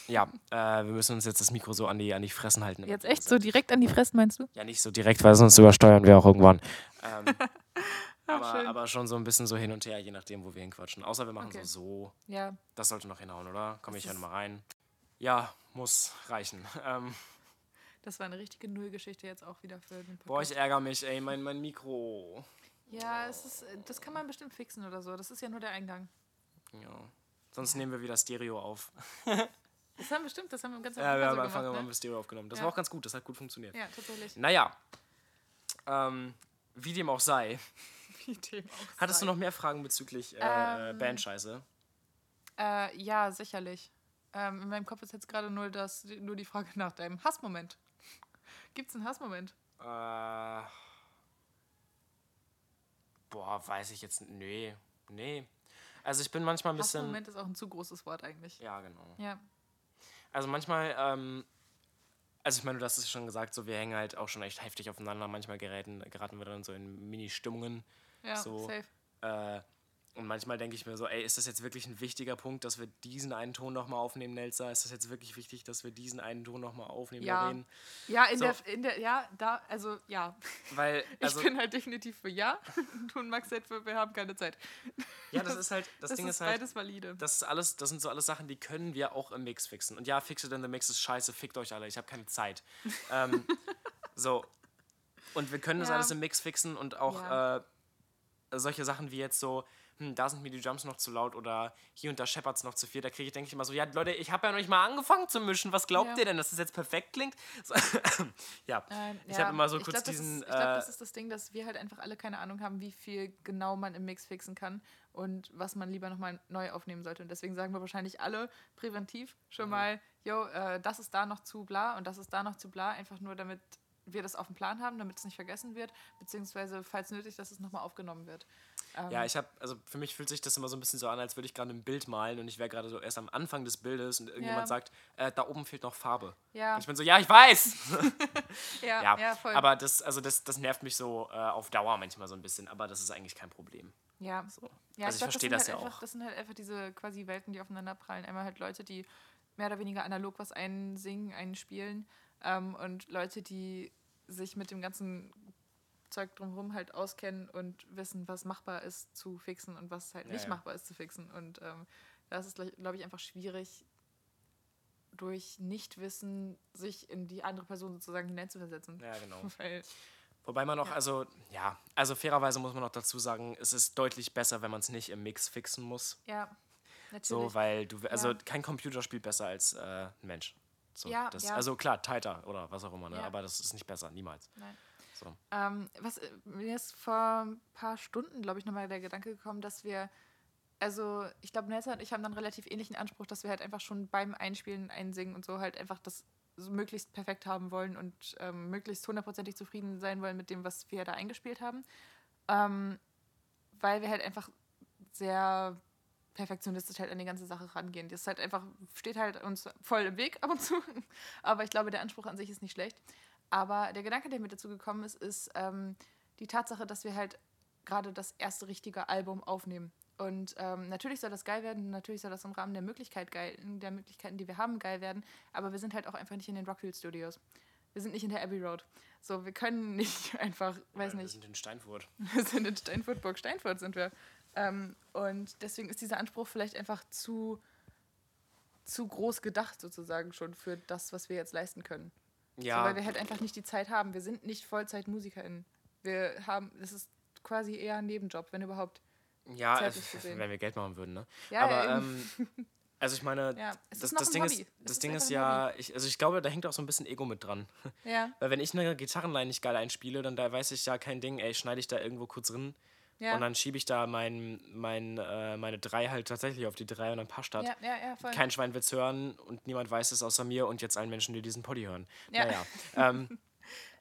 S3: ja, äh, wir müssen uns jetzt das Mikro so an die, an die Fressen halten.
S2: Jetzt echt so direkt an die Fressen, meinst du?
S3: Ja, nicht so direkt, weil sonst übersteuern wir auch irgendwann. Ähm,
S2: Ah, schön.
S3: aber, aber schon so ein bisschen so hin und her, je nachdem, wo wir hinquatschen. Außer wir machen
S2: Okay.
S3: so, so.
S2: Ja.
S3: Das sollte noch hinhauen, oder? Komme
S2: Das
S3: ich ja
S2: ist-
S3: nochmal rein. Ja, muss reichen. Ähm,
S2: Das war eine richtige Nullgeschichte jetzt auch wieder für den Podcast.
S3: boah, ich ärgere mich, ey, mein, mein Mikro.
S2: ja, es ist, das kann man bestimmt fixen oder so. Das ist ja nur der Eingang.
S3: Ja. Sonst nehmen wir wieder Stereo auf.
S2: Das haben wir bestimmt, das haben wir ganz am
S3: Ja, wir haben am
S2: Anfang so
S3: Anfang
S2: gemacht, ne?
S3: immer Stereo aufgenommen. Das
S2: Ja.
S3: war auch ganz gut, das hat gut funktioniert.
S2: ne? Ja, tatsächlich.
S3: Naja, ähm, wie dem auch sei,
S2: Wie dem auch
S3: hattest
S2: sei.
S3: du noch mehr Fragen bezüglich äh,
S2: Ähm.
S3: Bandscheiße?
S2: Äh, ja, sicherlich. Ähm, in meinem Kopf ist jetzt gerade nur, das, nur die Frage nach deinem Hassmoment. Gibt es einen Hassmoment?
S3: Äh, boah, weiß ich jetzt. n- Nee, nee. Also ich bin manchmal ein bisschen.
S2: Hassmoment ist auch ein zu großes Wort eigentlich.
S3: Ja, genau.
S2: Ja.
S3: Also manchmal, ähm, also ich meine, du hast es schon gesagt, so wir hängen halt auch schon echt heftig aufeinander. Manchmal geraten, geraten wir dann so in Mini-Stimmungen.
S2: Ja,
S3: So.
S2: safe.
S3: Äh, und manchmal denke ich mir so, ey, ist das jetzt wirklich ein wichtiger Punkt, dass wir diesen einen Ton nochmal aufnehmen, Nelsa? Ist das jetzt wirklich wichtig, dass wir diesen einen Ton nochmal aufnehmen,
S2: Ja.
S3: Lorraine?
S2: Ja, in,
S3: So.
S2: der, in der, ja, da, also ja.
S3: Weil, also,
S2: ich bin halt definitiv für ja. Du und Max seid für, wir haben keine Zeit.
S3: ja, das ist halt, das,
S2: Das
S3: Ding
S2: ist
S3: ist halt,
S2: beides valide.
S3: das ist alles, das sind so alles Sachen, die können wir auch im Mix fixen. Und ja, Fix It in the Mix ist scheiße, fickt euch alle, ich habe keine Zeit. ähm, so. Und wir können das
S2: Ja.
S3: alles im Mix fixen und auch
S2: Ja.
S3: äh, solche Sachen wie jetzt so, hm, da sind mir die Jumps noch zu laut oder hier und da scheppert's noch zu viel. Da kriege ich, denke ich immer so, ja, Leute, ich habe ja noch nicht mal angefangen zu mischen. Was glaubt
S2: Ja.
S3: ihr denn, dass das jetzt perfekt klingt? So, ja.
S2: Ähm,
S3: ich
S2: ja,
S3: habe immer so
S2: ich
S3: kurz
S2: glaub, das
S3: diesen.
S2: Ist, ich glaube,
S3: äh,
S2: das ist das Ding, dass wir halt einfach alle keine Ahnung haben, wie viel genau man im Mix fixen kann und was man lieber nochmal neu aufnehmen sollte. Und deswegen sagen wir wahrscheinlich alle präventiv schon
S3: Mhm.
S2: mal, yo, äh, das ist da noch zu bla und das ist da noch zu bla, einfach nur damit wir das auf dem Plan haben, damit es nicht vergessen wird, beziehungsweise falls nötig, dass es nochmal aufgenommen wird. Ähm,
S3: Ja, ich habe, also für mich fühlt sich das immer so ein bisschen so an, als würde ich gerade ein Bild malen und ich wäre gerade so erst am Anfang des Bildes und irgendjemand
S2: Ja.
S3: sagt, äh, da oben fehlt noch Farbe.
S2: ja,
S3: Und ich bin so, ja, ich weiß.
S2: ja,
S3: ja,
S2: ja, voll.
S3: aber das, also das, das nervt mich so äh, auf Dauer manchmal so ein bisschen, aber das ist eigentlich kein Problem.
S2: ja.
S3: So.
S2: Ja,
S3: also ich,
S2: glaub,
S3: verstehe
S2: sind
S3: das,
S2: halt
S3: ja
S2: einfach,
S3: auch.
S2: Das sind halt einfach diese quasi Welten, die aufeinander prallen. Einmal halt Leute, die mehr oder weniger analog was einsingen, einspielen ähm, und Leute, die sich mit dem ganzen Zeug drumherum halt auskennen und wissen, was machbar ist zu fixen und was halt
S3: Ja,
S2: nicht
S3: ja.
S2: machbar ist zu fixen. Und ähm, das ist, glaube ich, einfach schwierig, durch Nichtwissen sich in die andere Person sozusagen hineinzuversetzen.
S3: Ja, genau.
S2: Weil,
S3: Wobei man auch,
S2: Ja.
S3: also, ja, also fairerweise muss man auch dazu sagen, es ist deutlich besser, wenn man es nicht im Mix fixen muss.
S2: ja, natürlich.
S3: So, weil du, also
S2: Ja.
S3: kein Computer spielt besser als äh, ein Mensch. So,
S2: Ja,
S3: das,
S2: ja.
S3: Also klar, tighter oder was auch immer, ne?
S2: Ja.
S3: aber das ist nicht besser, niemals.
S2: Nein.
S3: So.
S2: Ähm, was äh, mir ist vor ein paar Stunden, glaube ich, nochmal der Gedanke gekommen, dass wir, also ich glaube, Nelson und ich haben dann relativ ähnlichen Anspruch, dass wir halt einfach schon beim Einspielen, Einsingen und so halt einfach das so möglichst perfekt haben wollen und ähm, möglichst hundertprozentig zufrieden sein wollen mit dem, was wir da eingespielt haben. Ähm, weil wir halt einfach sehr perfektionistisch halt an die ganze Sache rangehen. Das ist halt einfach, steht halt uns voll im Weg ab und zu. Aber ich glaube, der Anspruch an sich ist nicht schlecht. Aber der Gedanke, der mir dazu gekommen ist, ist ähm, die Tatsache, dass wir halt gerade das erste richtige Album aufnehmen. Und ähm, natürlich soll das geil werden, natürlich soll das im Rahmen der Möglichkeit geil, der Möglichkeiten, die wir haben, geil werden. Aber wir sind halt auch einfach nicht in den Rockfield Studios. Wir sind nicht in der Abbey Road. So, wir können nicht einfach, weiß
S3: Weil Äh, Wir
S2: nicht,
S3: sind in Steinfurt.
S2: wir sind in Steinfurt, Burg Steinfurt sind wir. Ähm, und deswegen ist dieser Anspruch vielleicht einfach zu, zu groß gedacht, sozusagen schon für das, was wir jetzt leisten können. So, weil wir halt einfach nicht die Zeit haben. Wir sind nicht VollzeitmusikerInnen. Wir haben, das ist quasi eher ein Nebenjob, wenn überhaupt.
S3: Ja,
S2: zeitlich
S3: äh,
S2: gesehen.
S3: wenn wir Geld machen würden, ne?
S2: Ja,
S3: Aber
S2: ja, eben.
S3: ähm, also ich meine,
S2: Ja, es
S3: das,
S2: ist noch
S3: das
S2: ein
S3: Ding
S2: Hobby.
S3: ist,
S2: Es
S3: das
S2: ist
S3: Ding
S2: einfach
S3: ist
S2: ein
S3: ja, ich, also ich glaube, da hängt auch so ein bisschen Ego mit dran.
S2: ja,
S3: Weil wenn ich eine Gitarrenline nicht geil einspiele, dann da weiß ich ja kein Ding, ey, schneide ich da irgendwo kurz drin
S2: ja.
S3: und dann schiebe ich da mein, mein, äh, meine drei halt tatsächlich auf die drei und dann passt das.
S2: ja, ja, ja, voll.
S3: Kein Schwein wird's hören und niemand weiß es außer mir und jetzt allen Menschen, die diesen Poddy hören.
S2: Ja.
S3: Naja. Ähm,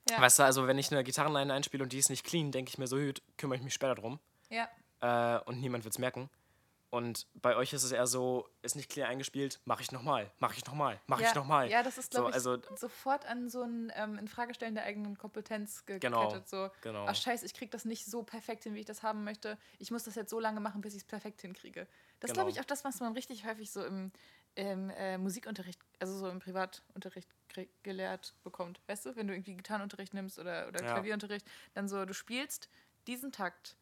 S2: Ja.
S3: Weißt du, also wenn ich eine Gitarrenline einspiele und die ist nicht clean, denke ich mir so, hüt, kümmere ich mich später drum
S2: ja,
S3: äh, und niemand wird es merken. Und bei euch ist es eher so, ist nicht clear eingespielt, mache ich nochmal, mache ich nochmal, mache
S2: ja,
S3: ich nochmal.
S2: Ja, das ist,
S3: So,
S2: glaube
S3: also-
S2: ich, sofort an so ein ähm, Infragestellen der eigenen Kompetenz gekettet.
S3: Genau,
S2: So,
S3: genau.
S2: ach scheiße, ich kriege das nicht so perfekt hin, wie ich das haben möchte. Ich muss das jetzt so lange machen, bis ich es perfekt hinkriege. Das
S3: Genau.
S2: glaube ich auch das, was man richtig häufig so im, im äh, Musikunterricht, also so im Privatunterricht krieg- gelehrt bekommt. Weißt du, wenn du irgendwie Gitarrenunterricht nimmst oder, oder
S3: Ja.
S2: Klavierunterricht, dann so, du spielst diesen Takt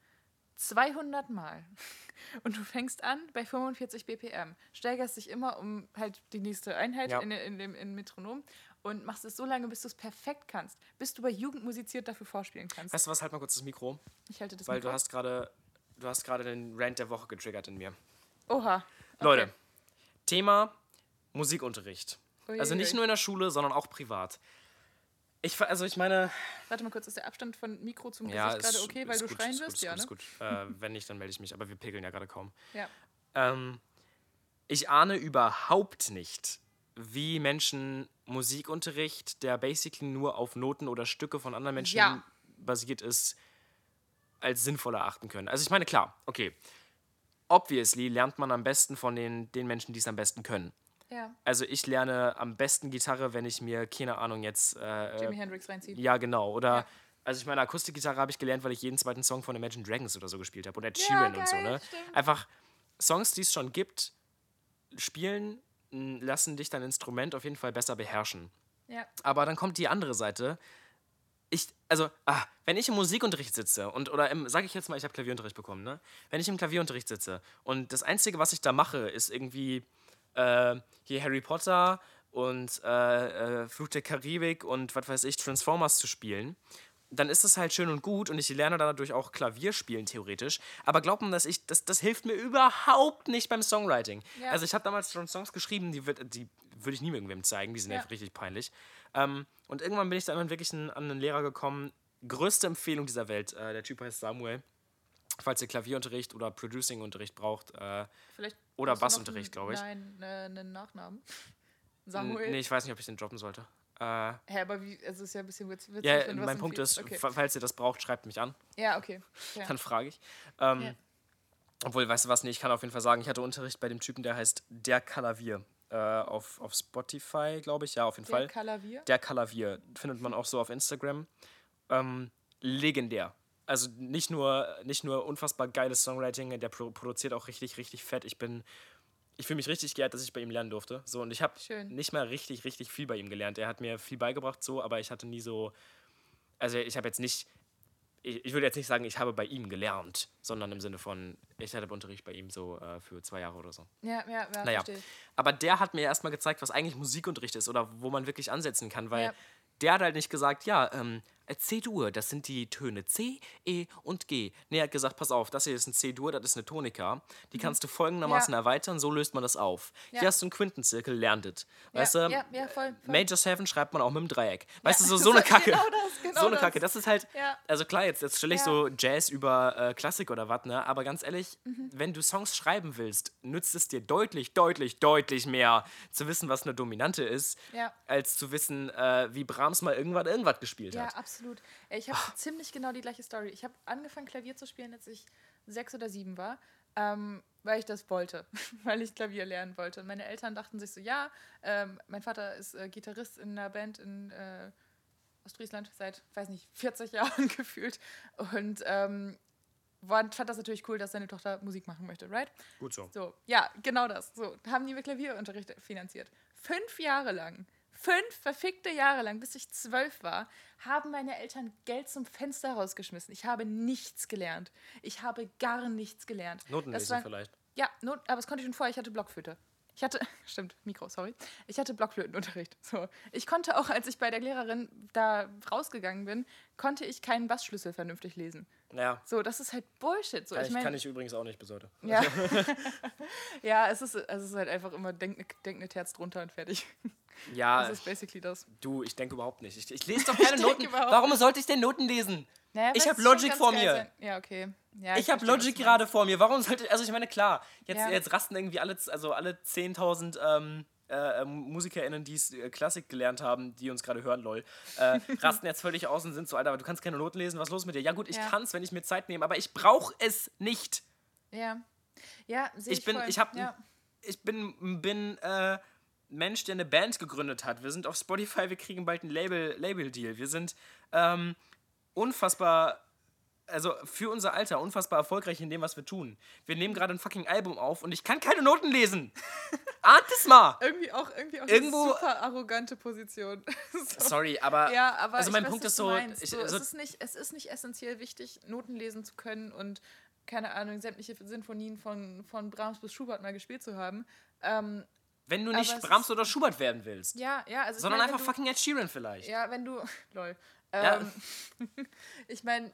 S2: 200 Mal. Und du fängst an bei 45 BPM, steigerst dich immer um halt die nächste Einheit
S3: Ja.
S2: in, in dem in Metronom und machst es so lange, bis du es perfekt kannst, bis du bei Jugend musiziert dafür vorspielen kannst.
S3: Weißt du was, halt mal kurz das Mikro,
S2: ich halte das
S3: weil
S2: Mikro.
S3: du hast gerade du hast gerade den Rant der Woche getriggert in mir.
S2: Oha. Okay.
S3: Leute, Thema Musikunterricht.
S2: Uiuiui.
S3: Also nicht nur in der Schule, sondern auch privat. Ich, ver- also ich meine,
S2: Warte mal kurz, ist der Abstand von Mikro zum
S3: ja,
S2: Gesicht gerade okay, weil
S3: ist
S2: du
S3: gut,
S2: schreien
S3: ist
S2: wirst?
S3: gut,
S2: ja,
S3: ist
S2: ne?
S3: gut, ist gut. Äh, wenn nicht, dann melde ich mich. Aber wir pegeln ja gerade kaum.
S2: Ja.
S3: Ähm, ich ahne überhaupt nicht, wie Menschen Musikunterricht, der basically nur auf Noten oder Stücke von anderen Menschen
S2: Ja.
S3: basiert ist, als sinnvoll erachten können. Also ich meine, klar, okay. Obviously lernt man am besten von den, den Menschen, die es am besten können.
S2: Ja,
S3: Also ich lerne am besten Gitarre, wenn ich mir, keine Ahnung, jetzt... Äh,
S2: Jimi
S3: äh,
S2: Hendrix reinziehen.
S3: ja, genau. Oder,
S2: Ja.
S3: also ich meine, Akustikgitarre habe ich gelernt, weil ich jeden zweiten Song von Imagine Dragons oder so gespielt habe. Und Ed
S2: Ja,
S3: Sheeran und so,
S2: geil,
S3: ne?
S2: stimmt.
S3: Einfach Songs, die es schon gibt, spielen, m, lassen dich dein Instrument auf jeden Fall besser beherrschen.
S2: Ja.
S3: Aber dann kommt die andere Seite. Ich, also, ah, wenn ich im Musikunterricht sitze und, oder im, sag ich jetzt mal, ich habe Klavierunterricht bekommen, ne? Wenn ich im Klavierunterricht sitze und das Einzige, was ich da mache, ist irgendwie äh, hier Harry Potter und äh, äh, Fluch der Karibik und was weiß ich, Transformers zu spielen, dann ist das halt schön und gut und ich lerne dadurch auch Klavier spielen, theoretisch. Aber glaubt mir, dass ich, das, das hilft mir überhaupt nicht beim Songwriting.
S2: Ja.
S3: Also ich habe damals schon Songs geschrieben, die, würd- die würde ich nie irgendwem zeigen, die sind
S2: Ja.
S3: einfach richtig peinlich. Ähm, und irgendwann bin ich dann wirklich an einen Lehrer gekommen, größte Empfehlung dieser Welt, äh, der Typ heißt Samuel. Falls ihr Klavierunterricht oder Producing-Unterricht braucht, äh,
S2: Vielleicht
S3: Oder
S2: hast du noch
S3: Bassunterricht,
S2: einen-
S3: glaube ich.
S2: Nein, ne, einen Nachnamen.
S3: n-
S2: Samuel.
S3: nee, ich weiß nicht, ob ich den droppen sollte. Äh,
S2: Hä, aber wie, also ist ja ein bisschen witz- witzig.
S3: Ja,
S2: wenn du was
S3: mein Punkt
S2: empfiehlst.
S3: ist,
S2: Okay.
S3: fa- falls ihr das braucht, schreibt mich an,
S2: Ja, okay. Ja.
S3: dann frage ich. Ähm,
S2: Ja.
S3: Obwohl, weißt du was, nee, ich kann auf jeden Fall sagen, ich hatte Unterricht bei dem Typen, der heißt Der Kalavier. Äh, auf, auf Spotify, glaube ich, ja, auf jeden
S2: Der
S3: Fall.
S2: Kalavier.
S3: Der Kalavier findet man auch so auf Instagram. Ähm, legendär. Also nicht nur, nicht nur unfassbar geiles Songwriting, der pro produziert auch richtig, richtig fett. Ich bin, ich fühle mich richtig geehrt, dass ich bei ihm lernen durfte. So, und ich habe
S2: Schön.
S3: nicht mal richtig, richtig viel bei ihm gelernt. Er hat mir viel beigebracht, so, aber ich hatte nie so, also ich habe jetzt nicht, ich, ich würde jetzt nicht sagen, ich habe bei ihm gelernt, sondern im Sinne von, ich hatte Unterricht bei ihm so äh, für zwei Jahre oder so.
S2: Ja, ja, ja,
S3: Naja,
S2: verstehe ich.
S3: aber der hat mir erstmal gezeigt, was eigentlich Musikunterricht ist oder wo man wirklich ansetzen kann, weil
S2: Ja.
S3: der hat halt nicht gesagt, ja, ähm, C-Dur, das sind die Töne C, E und G. Nee, er hat gesagt, pass auf, das hier ist ein C-Dur, das ist eine Tonika. Die kannst du folgendermaßen
S2: Mhm. Ja.
S3: erweitern, so löst man das auf.
S2: Ja.
S3: Hier hast du einen Quintenzirkel, lernt es.
S2: Ja,
S3: Weißt du,
S2: ja, ja, voll, voll.
S3: Major 7 schreibt man auch mit dem Dreieck. Weißt du, so, so eine Kacke.
S2: Genau das, genau
S3: so eine
S2: das.
S3: Kacke. Das ist halt,
S2: Ja.
S3: also klar, jetzt, jetzt stelle ich
S2: Ja.
S3: so Jazz über äh, Klassik oder was, ne? Aber ganz ehrlich,
S2: Mhm.
S3: wenn du Songs schreiben willst, nützt es dir deutlich, deutlich, deutlich mehr zu wissen, was eine Dominante ist,
S2: Ja.
S3: als zu wissen, äh, wie Brahms mal irgendwann irgendwas gespielt
S2: Ja,
S3: hat.
S2: absolut. Ey, Ich
S3: Ah.
S2: habe ziemlich genau die gleiche Story. Ich habe angefangen, Klavier zu spielen, als ich sechs oder sieben war, ähm, weil ich das wollte, weil ich Klavier lernen wollte. Und meine Eltern dachten sich so, ja, ähm, mein Vater ist äh, Gitarrist in einer Band in äh, Ostfriesland seit, weiß nicht, 40 Jahren gefühlt. Und ähm, fand fand das natürlich cool, dass seine Tochter Musik machen möchte, right?
S3: Gut so.
S2: So, ja, genau das. So, haben die mir Klavierunterricht finanziert. Fünf Jahre lang, fünf verfickte Jahre lang, bis ich zwölf war, haben meine Eltern Geld zum Fenster rausgeschmissen. Ich habe nichts gelernt. Ich habe gar nichts gelernt. Das
S3: Notenlesen
S2: war-
S3: vielleicht.
S2: ja, Not, aber das konnte ich schon vorher. Ich hatte Blockflöte. Ich hatte, stimmt, Mikro, sorry. Ich hatte Blockflötenunterricht. So. Ich konnte auch, als ich bei der Lehrerin da rausgegangen bin, konnte ich keinen Bassschlüssel vernünftig lesen.
S3: Naja,
S2: So, das ist halt Bullshit. So,
S3: kann
S2: ich
S3: ich,
S2: mein,
S3: kann ich übrigens auch nicht also- bis heute.
S2: ja. ja, es ist, es ist halt einfach immer, denk, ne- denk ne Herz drunter und fertig.
S3: Ja,
S2: Das ist basically das.
S3: du, ich denke überhaupt nicht. Ich, ich lese doch keine
S2: denk
S3: Noten.
S2: überhaupt
S3: Warum sollte ich denn Noten lesen?
S2: Naja,
S3: Ich
S2: weil
S3: hab
S2: es schon
S3: Logic
S2: ganz
S3: vor
S2: geil
S3: mir.
S2: sein- Ja, okay. Ja,
S3: Ich habe
S2: verstehe, was
S3: Logic
S2: du meinst.
S3: gerade vor mir. Warum sollte. Also, ich meine, klar, jetzt,
S2: Ja.
S3: jetzt rasten irgendwie alle, also alle 10.000 ähm, äh, ähm, MusikerInnen, die es, äh, Klassik gelernt haben, die uns gerade hören, lol, äh, rasten jetzt völlig aus und sind so, Alter, aber du kannst keine Noten lesen, was ist los mit dir? Ja, gut, ich
S2: Ja.
S3: kann's, wenn ich mir Zeit nehme, aber ich brauche es nicht.
S2: Ja. Ja, sehe
S3: Ich
S2: ich
S3: bin-
S2: voll.
S3: ich hab-
S2: ja.
S3: Ich bin, bin äh, Mensch, der eine Band gegründet hat. Wir sind auf Spotify, wir kriegen bald einen Label- Label-Deal. wir sind ähm, unfassbar, also für unser Alter, unfassbar erfolgreich in dem, was wir tun. Wir nehmen gerade ein fucking Album auf und ich kann keine Noten lesen. Ahnt es mal!
S2: Irgendwie auch, irgendwie auch
S3: Irgendwo-
S2: eine super arrogante Position. So.
S3: Sorry, aber,
S2: Ja, aber
S3: also
S2: ich
S3: mein
S2: weiß,
S3: Punkt
S2: was
S3: ist
S2: du
S3: so,
S2: meinst.
S3: ich, also-
S2: so, es,
S3: so
S2: ist nicht, es ist nicht essentiell wichtig, Noten lesen zu können und keine Ahnung, sämtliche Sinfonien von, von Brahms bis Schubert mal gespielt zu haben. Ähm,
S3: wenn du
S2: aber
S3: nicht
S2: es
S3: Brahms
S2: ist-
S3: oder Schubert werden willst,
S2: ja, ja, also ich
S3: sondern
S2: meine,
S3: einfach
S2: wenn
S3: fucking Ed Sheeran vielleicht.
S2: du, Ja, wenn du. Lol.
S3: Ja.
S2: Ähm, ich meine,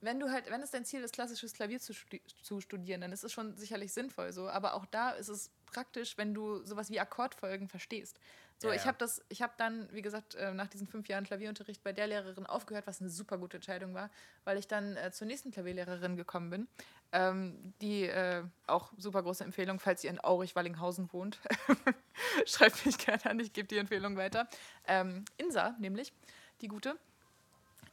S2: wenn du halt, wenn es dein Ziel ist, klassisches Klavier zu, studi zu studieren, dann ist es schon sicherlich sinnvoll so. Aber auch da ist es praktisch, wenn du sowas wie Akkordfolgen verstehst. So,
S3: Ja,
S2: ich
S3: ja.
S2: habe das, ich habe dann, wie gesagt, äh, nach diesen fünf Jahren Klavierunterricht bei der Lehrerin aufgehört, was eine super gute Entscheidung war, weil ich dann äh, zur nächsten Klavierlehrerin gekommen bin, ähm, die äh, auch super große Empfehlung, falls ihr in Aurich-Wallinghausen wohnt, schreibt mich gerne an, ich gebe die Empfehlung weiter. Ähm, Insa, nämlich, die gute.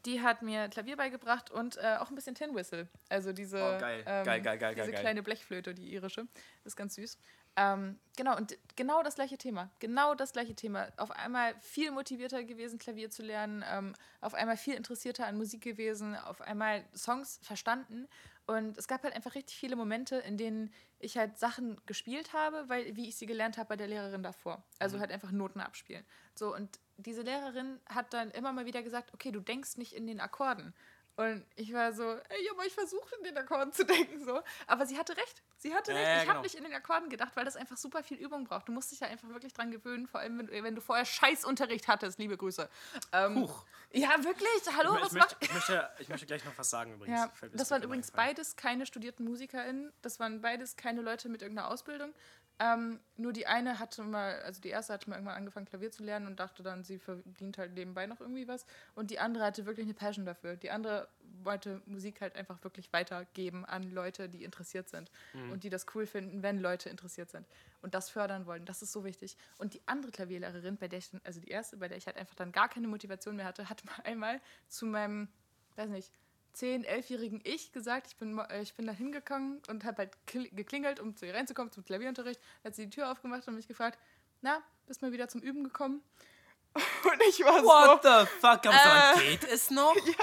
S2: Die hat mir Klavier beigebracht und äh, auch ein bisschen Tin Whistle. Also diese,
S3: Oh, geil.
S2: ähm,
S3: Geil, geil, geil,
S2: diese
S3: geil, geil.
S2: kleine Blechflöte, die irische. Ist ganz süß. Ähm, genau, und genau das gleiche Thema. Genau das gleiche Thema. Auf einmal viel motivierter gewesen, Klavier zu lernen. Ähm, auf einmal viel interessierter an Musik gewesen. Auf einmal Songs verstanden. Und es gab halt einfach richtig viele Momente, in denen ich halt Sachen gespielt habe, weil wie ich sie gelernt habe bei der Lehrerin davor. Also halt einfach Noten abspielen. So, und diese Lehrerin hat dann immer mal wieder gesagt, okay, du denkst nicht in den Akkorden. Und ich war so, ey, aber ich versuche in den Akkorden zu denken so. Aber sie hatte recht. Sie hatte
S3: Ja,
S2: recht.
S3: ja,
S2: ich
S3: genau.
S2: habe nicht in den Akkorden gedacht, weil das einfach super viel Übung braucht. Du musst dich ja einfach wirklich dran gewöhnen, vor allem wenn, wenn du vorher Scheißunterricht hattest. Liebe Grüße. Ähm,
S3: Huch.
S2: Ja, wirklich. Hallo,
S3: ich,
S2: was
S3: möchte,
S2: macht
S3: ich, möchte, ich möchte gleich noch was sagen übrigens.
S2: ja,
S3: Fällt mir
S2: das
S3: gerade
S2: waren
S3: noch
S2: übrigens
S3: eingefallen.
S2: beides keine studierten MusikerInnen. Das waren beides keine Leute mit irgendeiner Ausbildung. Ähm, nur die eine hatte mal, also die erste hatte mal irgendwann angefangen, Klavier zu lernen und dachte dann, sie verdient halt nebenbei noch irgendwie was. Und die andere hatte wirklich eine Passion dafür. Die andere wollte Musik halt einfach wirklich weitergeben an Leute, die interessiert sind
S3: Mhm.
S2: und die das cool finden, wenn Leute interessiert sind und das fördern wollen. Das ist so wichtig. Und die andere Klavierlehrerin, bei der ich dann, also die erste, bei der ich halt einfach dann gar keine Motivation mehr hatte, hat mal einmal zu meinem, weiß nicht, 10, 11-jährigen Ich gesagt, ich bin, mo- äh, ich bin da hingekommen und habe halt kl- geklingelt, um zu ihr reinzukommen, zum Klavierunterricht. Dann hat sie die Tür aufgemacht und mich gefragt, na, bist mal wieder zum Üben gekommen? Und ich war
S3: What the fuck? Aber
S2: Äh.
S3: geht es noch?
S2: so,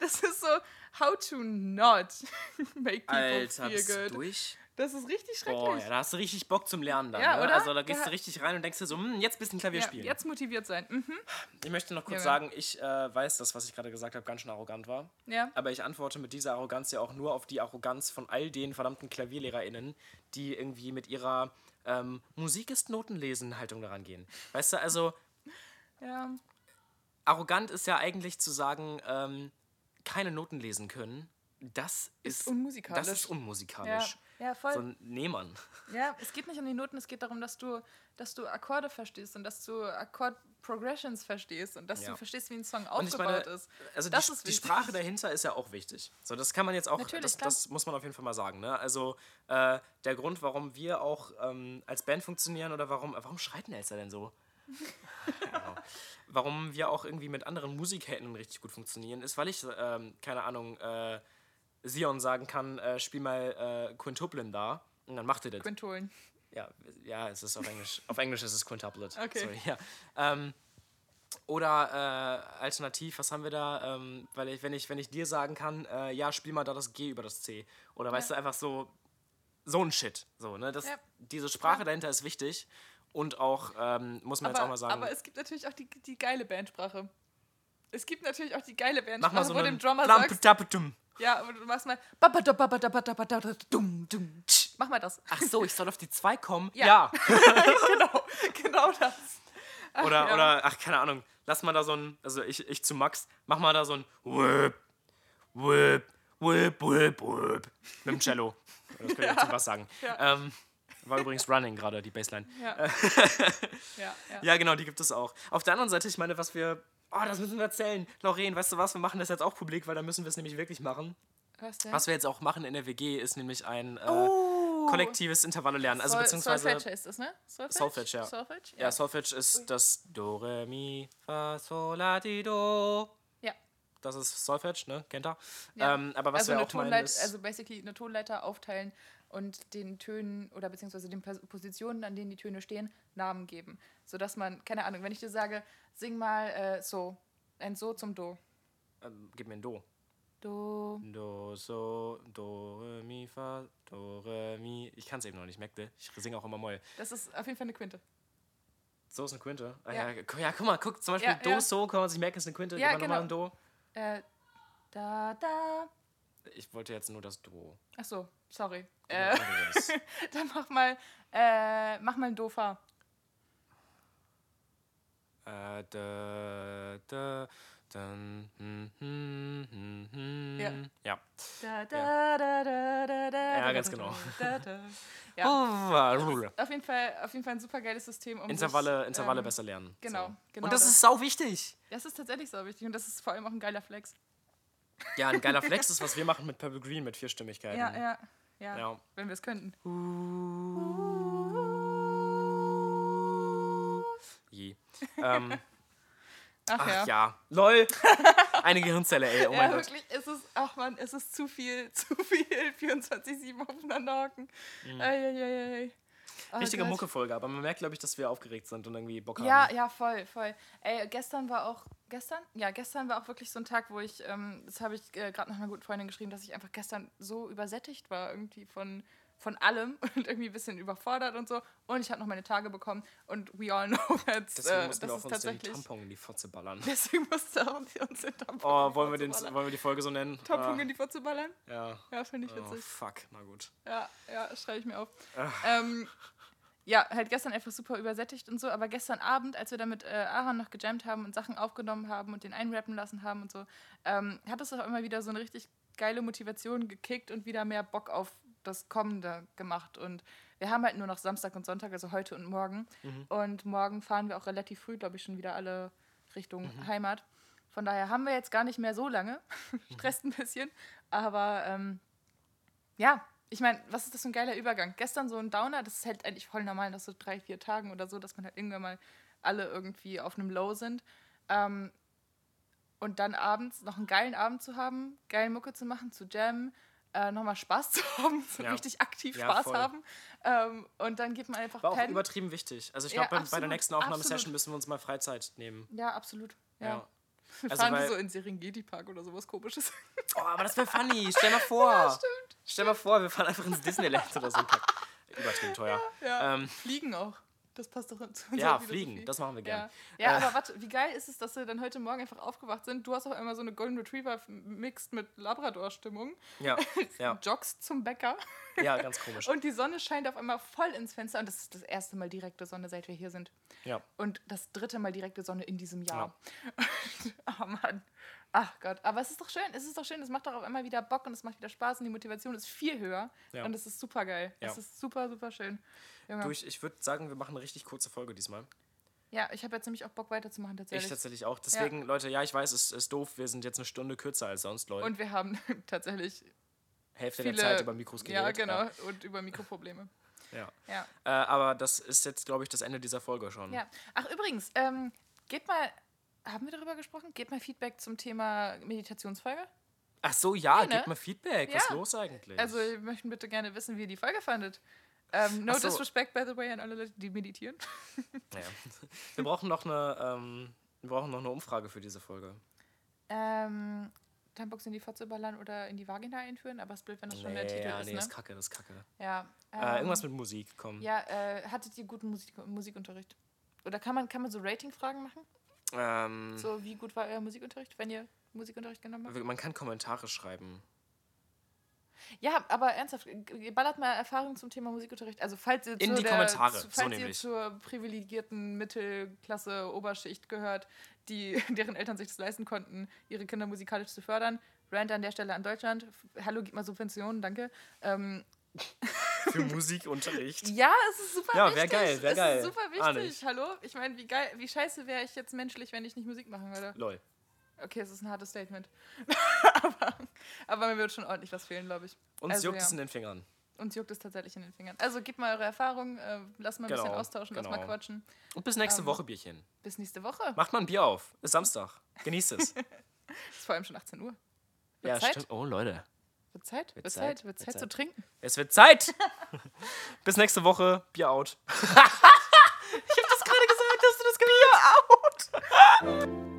S2: das ist so, how to not make people
S3: Alter, bist
S2: feel
S3: du
S2: good.
S3: durch?
S2: Das ist richtig schrecklich.
S3: Boah, ja, da hast du richtig Bock zum Lernen dann.
S2: Ja,
S3: ne?
S2: oder?
S3: Also da gehst
S2: Ja.
S3: du richtig rein und denkst dir so, hm, jetzt bisschen Klavier
S2: Ja,
S3: spielen.
S2: jetzt motiviert sein. Mhm.
S3: Ich möchte noch kurz
S2: Junge.
S3: sagen, ich äh, weiß, dass was ich gerade gesagt habe, ganz schön arrogant war.
S2: Ja.
S3: Aber ich antworte mit dieser Arroganz ja auch nur auf die Arroganz von all den verdammten KlavierlehrerInnen, die irgendwie mit ihrer ähm, Musik ist Notenlesen Haltung daran gehen. Weißt du, also
S2: ja.
S3: arrogant ist ja eigentlich zu sagen, ähm, keine Noten lesen können. Das ist,
S2: unmusikalisch.
S3: Das ist unmusikalisch.
S2: Ja, ja, voll.
S3: So ein Nehmann.
S2: Ja, es geht nicht um die Noten, es geht darum, dass du, dass du Akkorde verstehst und dass du Akkord-Progressions verstehst und dass
S3: Ja.
S2: du verstehst, wie ein Song
S3: Und ich
S2: aufgebaut
S3: meine,
S2: ist.
S3: also
S2: das
S3: die,
S2: ist
S3: die
S2: wichtig.
S3: Sprache dahinter ist ja auch wichtig. So, das kann man jetzt auch,
S2: Natürlich,
S3: das,
S2: klar.
S3: das muss man auf jeden Fall mal sagen. Ne? Also äh, der Grund, warum wir auch ähm, als Band funktionieren oder warum, warum schreit denn Elsa denn so? genau. Warum wir auch irgendwie mit anderen Musikhelden richtig gut funktionieren, ist, weil ich, ähm, keine Ahnung, äh, Sion sagen kann, äh, spiel mal äh, Quintuplin da und dann macht ihr das.
S2: Quintolen.
S3: Ja, ja, es ist auf Englisch. auf Englisch ist es Quintuplet.
S2: Okay.
S3: Sorry, ja. Ähm, oder äh, alternativ, was haben wir da? Ähm, weil ich, wenn ich, wenn ich dir sagen kann, äh, ja, spiel mal da das G über das C. Oder weißt du, einfach so, so ein Shit. So, ne? das,
S2: Ja.
S3: Diese Sprache
S2: Ja.
S3: dahinter ist wichtig. Und auch, ähm, muss man jetzt auch mal
S2: Aber,
S3: sagen,
S2: aber es gibt natürlich auch die, die geile Bandsprache. Es gibt natürlich auch die geile
S3: mach mal
S2: Bandsprache,
S3: so
S2: wo du
S3: einen
S2: dem Drummer
S3: Plump-
S2: sagst,
S3: Tapetum.
S2: ja, und du machst mal babadabadabadabadabadum, dum.
S3: Tsch.
S2: Mach mal das.
S3: Ach so, ich soll auf die 2 kommen?
S2: Ja.
S3: Ja.
S2: genau, genau das. Ach,
S3: Oder,
S2: ja.
S3: oder, ach, keine Ahnung, lass mal da so ein, also ich, ich zu Max, mach mal da so ein Whip, Whip, Whip, Whip, Whip mit dem Cello. Das könnte ich jetzt was sagen.
S2: Ja.
S3: Ähm, war übrigens Running gerade, die Bassline.
S2: Ja. ja, ja.
S3: Ja, genau, die gibt es auch. Auf der anderen Seite, ich meine, was wir, oh, das müssen wir erzählen. Lorraine, weißt du was, wir machen das jetzt auch publik, weil da müssen wir es nämlich wirklich machen.
S2: Was denn?
S3: Was wir jetzt auch machen in der WG ist nämlich ein äh,
S2: Oh.
S3: kollektives Intervalle lernen, also
S2: Sol-
S3: beziehungsweise...
S2: Solfege heißt das, ne? Solfege?
S3: Solfege, ja.
S2: Solfege?
S3: Ja, Solfege ist das Do, Re, Mi, Fa, Sol, La, Di, Do.
S2: Ja.
S3: Das ist Solfege, ne? Kennt ihr?
S2: Ja.
S3: Ähm, aber was
S2: also,
S3: wir
S2: eine
S3: auch meinen
S2: Tonleit-
S3: ist,
S2: also basically eine Tonleiter aufteilen und den Tönen oder beziehungsweise den Pers- Positionen, an denen die Töne stehen, Namen geben. Sodass man, keine Ahnung, wenn ich dir sage, sing mal äh, so, ein so zum Do.
S3: ähm, gib mir ein Do.
S2: Do.
S3: Do, so, do, re, mi, fa, do, re, mi. Ich kann es eben noch nicht, merkt ihr? Ich singe auch immer Moll.
S2: Das ist auf jeden Fall eine Quinte.
S3: So ist eine Quinte. Ah, ja.
S2: Ja.
S3: gu- ja, guck mal, guck, zum Beispiel
S2: Ja,
S3: Do,
S2: ja.
S3: so, kann man sich merken, ist eine Quinte. Ja,
S2: Ja,
S3: Gib mal nochmal ein
S2: genau.
S3: Do.
S2: Äh, da, da.
S3: Ich wollte jetzt nur das Do.
S2: Ach so, sorry.
S3: Oder
S2: Äh,
S3: anderes.
S2: dann mach mal, äh, mach mal ein Do-Fa.
S3: Äh, da, da, dann, hm, hm, hm, hm.
S2: Ja.
S3: Ja.
S2: Da, da, da, da, da, da,
S3: Ja,
S2: da,
S3: ganz
S2: da,
S3: genau.
S2: Da, da.
S3: ja.
S2: Ja.
S3: Oh,
S2: Auf jeden Fall, auf jeden Fall ein super geiles System. Um sich,
S3: Intervalle, Intervalle
S2: ähm,
S3: besser lernen.
S2: genau,
S3: So.
S2: genau
S3: Und das,
S2: das.
S3: ist sau wichtig.
S2: Das ist tatsächlich so wichtig und das ist vor allem auch ein geiler Flex.
S3: Ja, ein geiler Flex ist, was wir machen mit Purple Green mit Vierstimmigkeiten.
S2: Ja, ja, ja.
S3: Ja.
S2: Wenn wir es könnten.
S3: Je. Ähm,
S2: Ach,
S3: ach ja.
S2: ja.
S3: Lol. Eine Gehirnzelle, ey. Oh
S2: ja,
S3: mein Gott.
S2: wirklich, es ist, ach man, es ist zu viel, zu viel 24-7 aufeinander hocken.
S3: Mhm.
S2: Eieieiei. Oh
S3: Richtige
S2: Gott.
S3: Muckefolge, aber man merkt, glaube ich, dass wir aufgeregt sind und irgendwie Bock
S2: Ja,
S3: haben.
S2: ja, voll, voll. Ey, gestern war auch, gestern? Ja, gestern war auch wirklich so ein Tag, wo ich, ähm, das habe ich äh, gerade noch einer guten Freundin geschrieben, dass ich einfach gestern so übersättigt war irgendwie von, von allem und irgendwie ein bisschen überfordert und so. Und ich habe noch meine Tage bekommen und we all know that's,
S3: Deswegen
S2: äh, das
S3: mussten wir auch uns
S2: ist
S3: den
S2: tatsächlich...
S3: Tampon in die Fotze ballern.
S2: Deswegen musste auch die uns den Tampon
S3: Oh,
S2: in
S3: wollen wir,
S2: die
S3: den,
S2: Fotze ballern.
S3: wollen wir die Folge so nennen?
S2: Tampon
S3: Ah,
S2: in die Fotze ballern?
S3: ja.
S2: Ja, finde ich
S3: Oh,
S2: witzig.
S3: fuck. Na gut.
S2: Ja, ja, schreibe ich mir auf. Ähm, ja, halt gestern einfach super übersättigt und so, aber gestern Abend, als wir dann mit äh, Aaron noch gejammt haben und Sachen aufgenommen haben und den einrappen lassen haben und so, ähm, hat es auch immer wieder so eine richtig geile Motivation gekickt und wieder mehr Bock auf das Kommende gemacht. Und wir haben halt nur noch Samstag und Sonntag, also heute und morgen. Und morgen fahren wir auch relativ früh, glaube ich, schon wieder alle Richtung Heimat. Von daher haben wir jetzt gar nicht mehr so lange. Stresst ein bisschen. Aber ähm, ja, ich meine, was ist das für ein geiler Übergang? Gestern so ein Downer, das ist halt eigentlich voll normal, dass so drei, vier Tagen oder so, dass man halt irgendwann mal alle irgendwie auf einem Low sind. Ähm, und dann abends noch einen geilen Abend zu haben, geile Mucke zu machen, zu jammen, äh, nochmal Spaß zu haben, so
S3: Ja.
S2: richtig aktiv
S3: Ja,
S2: Spaß
S3: voll.
S2: haben. Ähm, und dann geht man einfach
S3: War auch
S2: pennen.
S3: übertrieben wichtig. Also ich
S2: Ja,
S3: glaube, bei, bei der
S2: absolut,
S3: nächsten Aufnahmesession
S2: absolut.
S3: müssen wir uns mal Freizeit nehmen.
S2: Ja, absolut. Ja.
S3: Ja.
S2: Wir
S3: Also
S2: fahren
S3: weil-
S2: so in Serengeti Park oder sowas komisches.
S3: Oh, aber das wäre funny. Stell mal vor. Stell mal vor, wir fahren einfach ins Disneyland oder so. ein Kack. Übertrieben teuer.
S2: Ja.
S3: Ähm,
S2: fliegen auch. Das passt doch zu
S3: Ja,
S2: unserer
S3: fliegen, das machen wir gern.
S2: gerne. Ja, ja
S3: Äh.
S2: aber warte, wie geil ist es, dass wir dann heute Morgen einfach aufgewacht sind? Du hast auf einmal so eine Golden Retriever mixed mit Labrador-Stimmung,
S3: ja, ja,
S2: joggst zum Bäcker
S3: ja, ganz komisch.
S2: und die Sonne scheint auf einmal voll ins Fenster. Und das ist das erste Mal direkte Sonne, seit wir hier sind.
S3: Ja.
S2: Und das dritte Mal direkte Sonne in diesem Jahr. oh Mann. Ach Gott. Aber es ist doch schön, es ist doch schön, es macht doch auch immer wieder Bock und es macht wieder Spaß und die Motivation ist viel höher.
S3: Ja.
S2: Und es ist super geil.
S3: Ja.
S2: Es ist super, super schön. Junge.
S3: Du, ich, ich würde sagen, wir machen eine richtig kurze Folge diesmal.
S2: Ja, ich habe jetzt nämlich auch Bock weiterzumachen
S3: Ich
S2: tatsächlich.
S3: tatsächlich auch. Deswegen, Leute, ja, ich weiß, es ist doof. Wir sind jetzt eine Stunde kürzer als sonst, Leute.
S2: Und wir haben tatsächlich
S3: Hälfte
S2: viele
S3: der Zeit über Mikros geredet.
S2: Ja, genau. Und über Mikroprobleme.
S3: Ja.
S2: Ja.
S3: Äh, aber das ist jetzt, glaube ich, das Ende dieser Folge schon.
S2: ja. Ach, übrigens, ähm, geht mal, haben wir darüber gesprochen? Geht mal Feedback zum Thema Meditationsfolge?
S3: Ach so, ja,
S2: Ja, ne?
S3: gebt mal Feedback. Was ist
S2: Ja.
S3: los eigentlich?
S2: Also, wir möchten bitte gerne wissen, wie ihr die Folge fandet. Ähm, no
S3: Ach so.
S2: disrespect, by the way, an alle Leute, die meditieren.
S3: Naja. Wir brauchen noch eine, ähm, wir brauchen noch eine Umfrage für diese Folge.
S2: Ähm, Tampons in die Fotze ballern oder in die Vagina einführen, aber es ist blöd, wenn das schon der Titel
S3: ja,
S2: ist,
S3: nee,
S2: ne?
S3: ist kacke, das ist kacke.
S2: ja.
S3: äh,
S2: ähm,
S3: irgendwas mit Musik, komm.
S2: Ja, äh, hattet ihr guten Musik Musikunterricht? Oder kann man, kann man so Rating-Fragen machen?
S3: Ähm,
S2: So, wie gut war euer Musikunterricht, wenn ihr Musikunterricht genommen habt?
S3: Man kann Kommentare schreiben.
S2: Ja, aber ernsthaft, ihr ballert mal Erfahrungen zum Thema Musikunterricht. Also, falls ihr,
S3: In
S2: zu
S3: die
S2: der,
S3: Kommentare,
S2: zu,
S3: so
S2: falls ihr
S3: nämlich.
S2: zur privilegierten Mittelklasse, Oberschicht gehört, die, deren Eltern sich das leisten konnten, ihre Kinder musikalisch zu fördern. Rant an der Stelle an Deutschland. F- Hallo, gib mal Subventionen, danke. Ähm,
S3: Für Musikunterricht.
S2: ja, es ist super
S3: Ja, wär
S2: wichtig.
S3: geil, wär
S2: es
S3: geil.
S2: ist super
S3: Ah,
S2: wichtig.
S3: nicht.
S2: Hallo? Ich meine, wie geil, wie scheiße wäre ich jetzt menschlich, wenn ich nicht Musik machen würde?
S3: Lol.
S2: Okay, es ist ein hartes Statement. aber, aber mir wird schon ordentlich was fehlen, glaube ich.
S3: Uns
S2: Also,
S3: juckt
S2: ja.
S3: es in den Fingern.
S2: Uns juckt es tatsächlich in den Fingern. Also gebt mal eure Erfahrungen, äh, lasst mal ein bisschen
S3: Genau,
S2: austauschen, lasst mal
S3: genau.
S2: quatschen.
S3: Und bis nächste
S2: Ähm,
S3: Woche, Bierchen.
S2: Bis nächste Woche.
S3: Macht mal ein Bier auf. Ist Samstag. Genießt es.
S2: ist vor allem schon 18 Uhr. Wird
S3: Ja,
S2: Zeit?
S3: stimmt. Oh, Leute.
S2: Wird Zeit? Wird,
S3: Wird
S2: Zeit?
S3: Zeit, wird
S2: Wird Zeit, zu
S3: Zeit.
S2: trinken?
S3: Es wird Zeit. Bis nächste Woche. Bier out. ich habe das gerade gesagt, dass du das Bier out.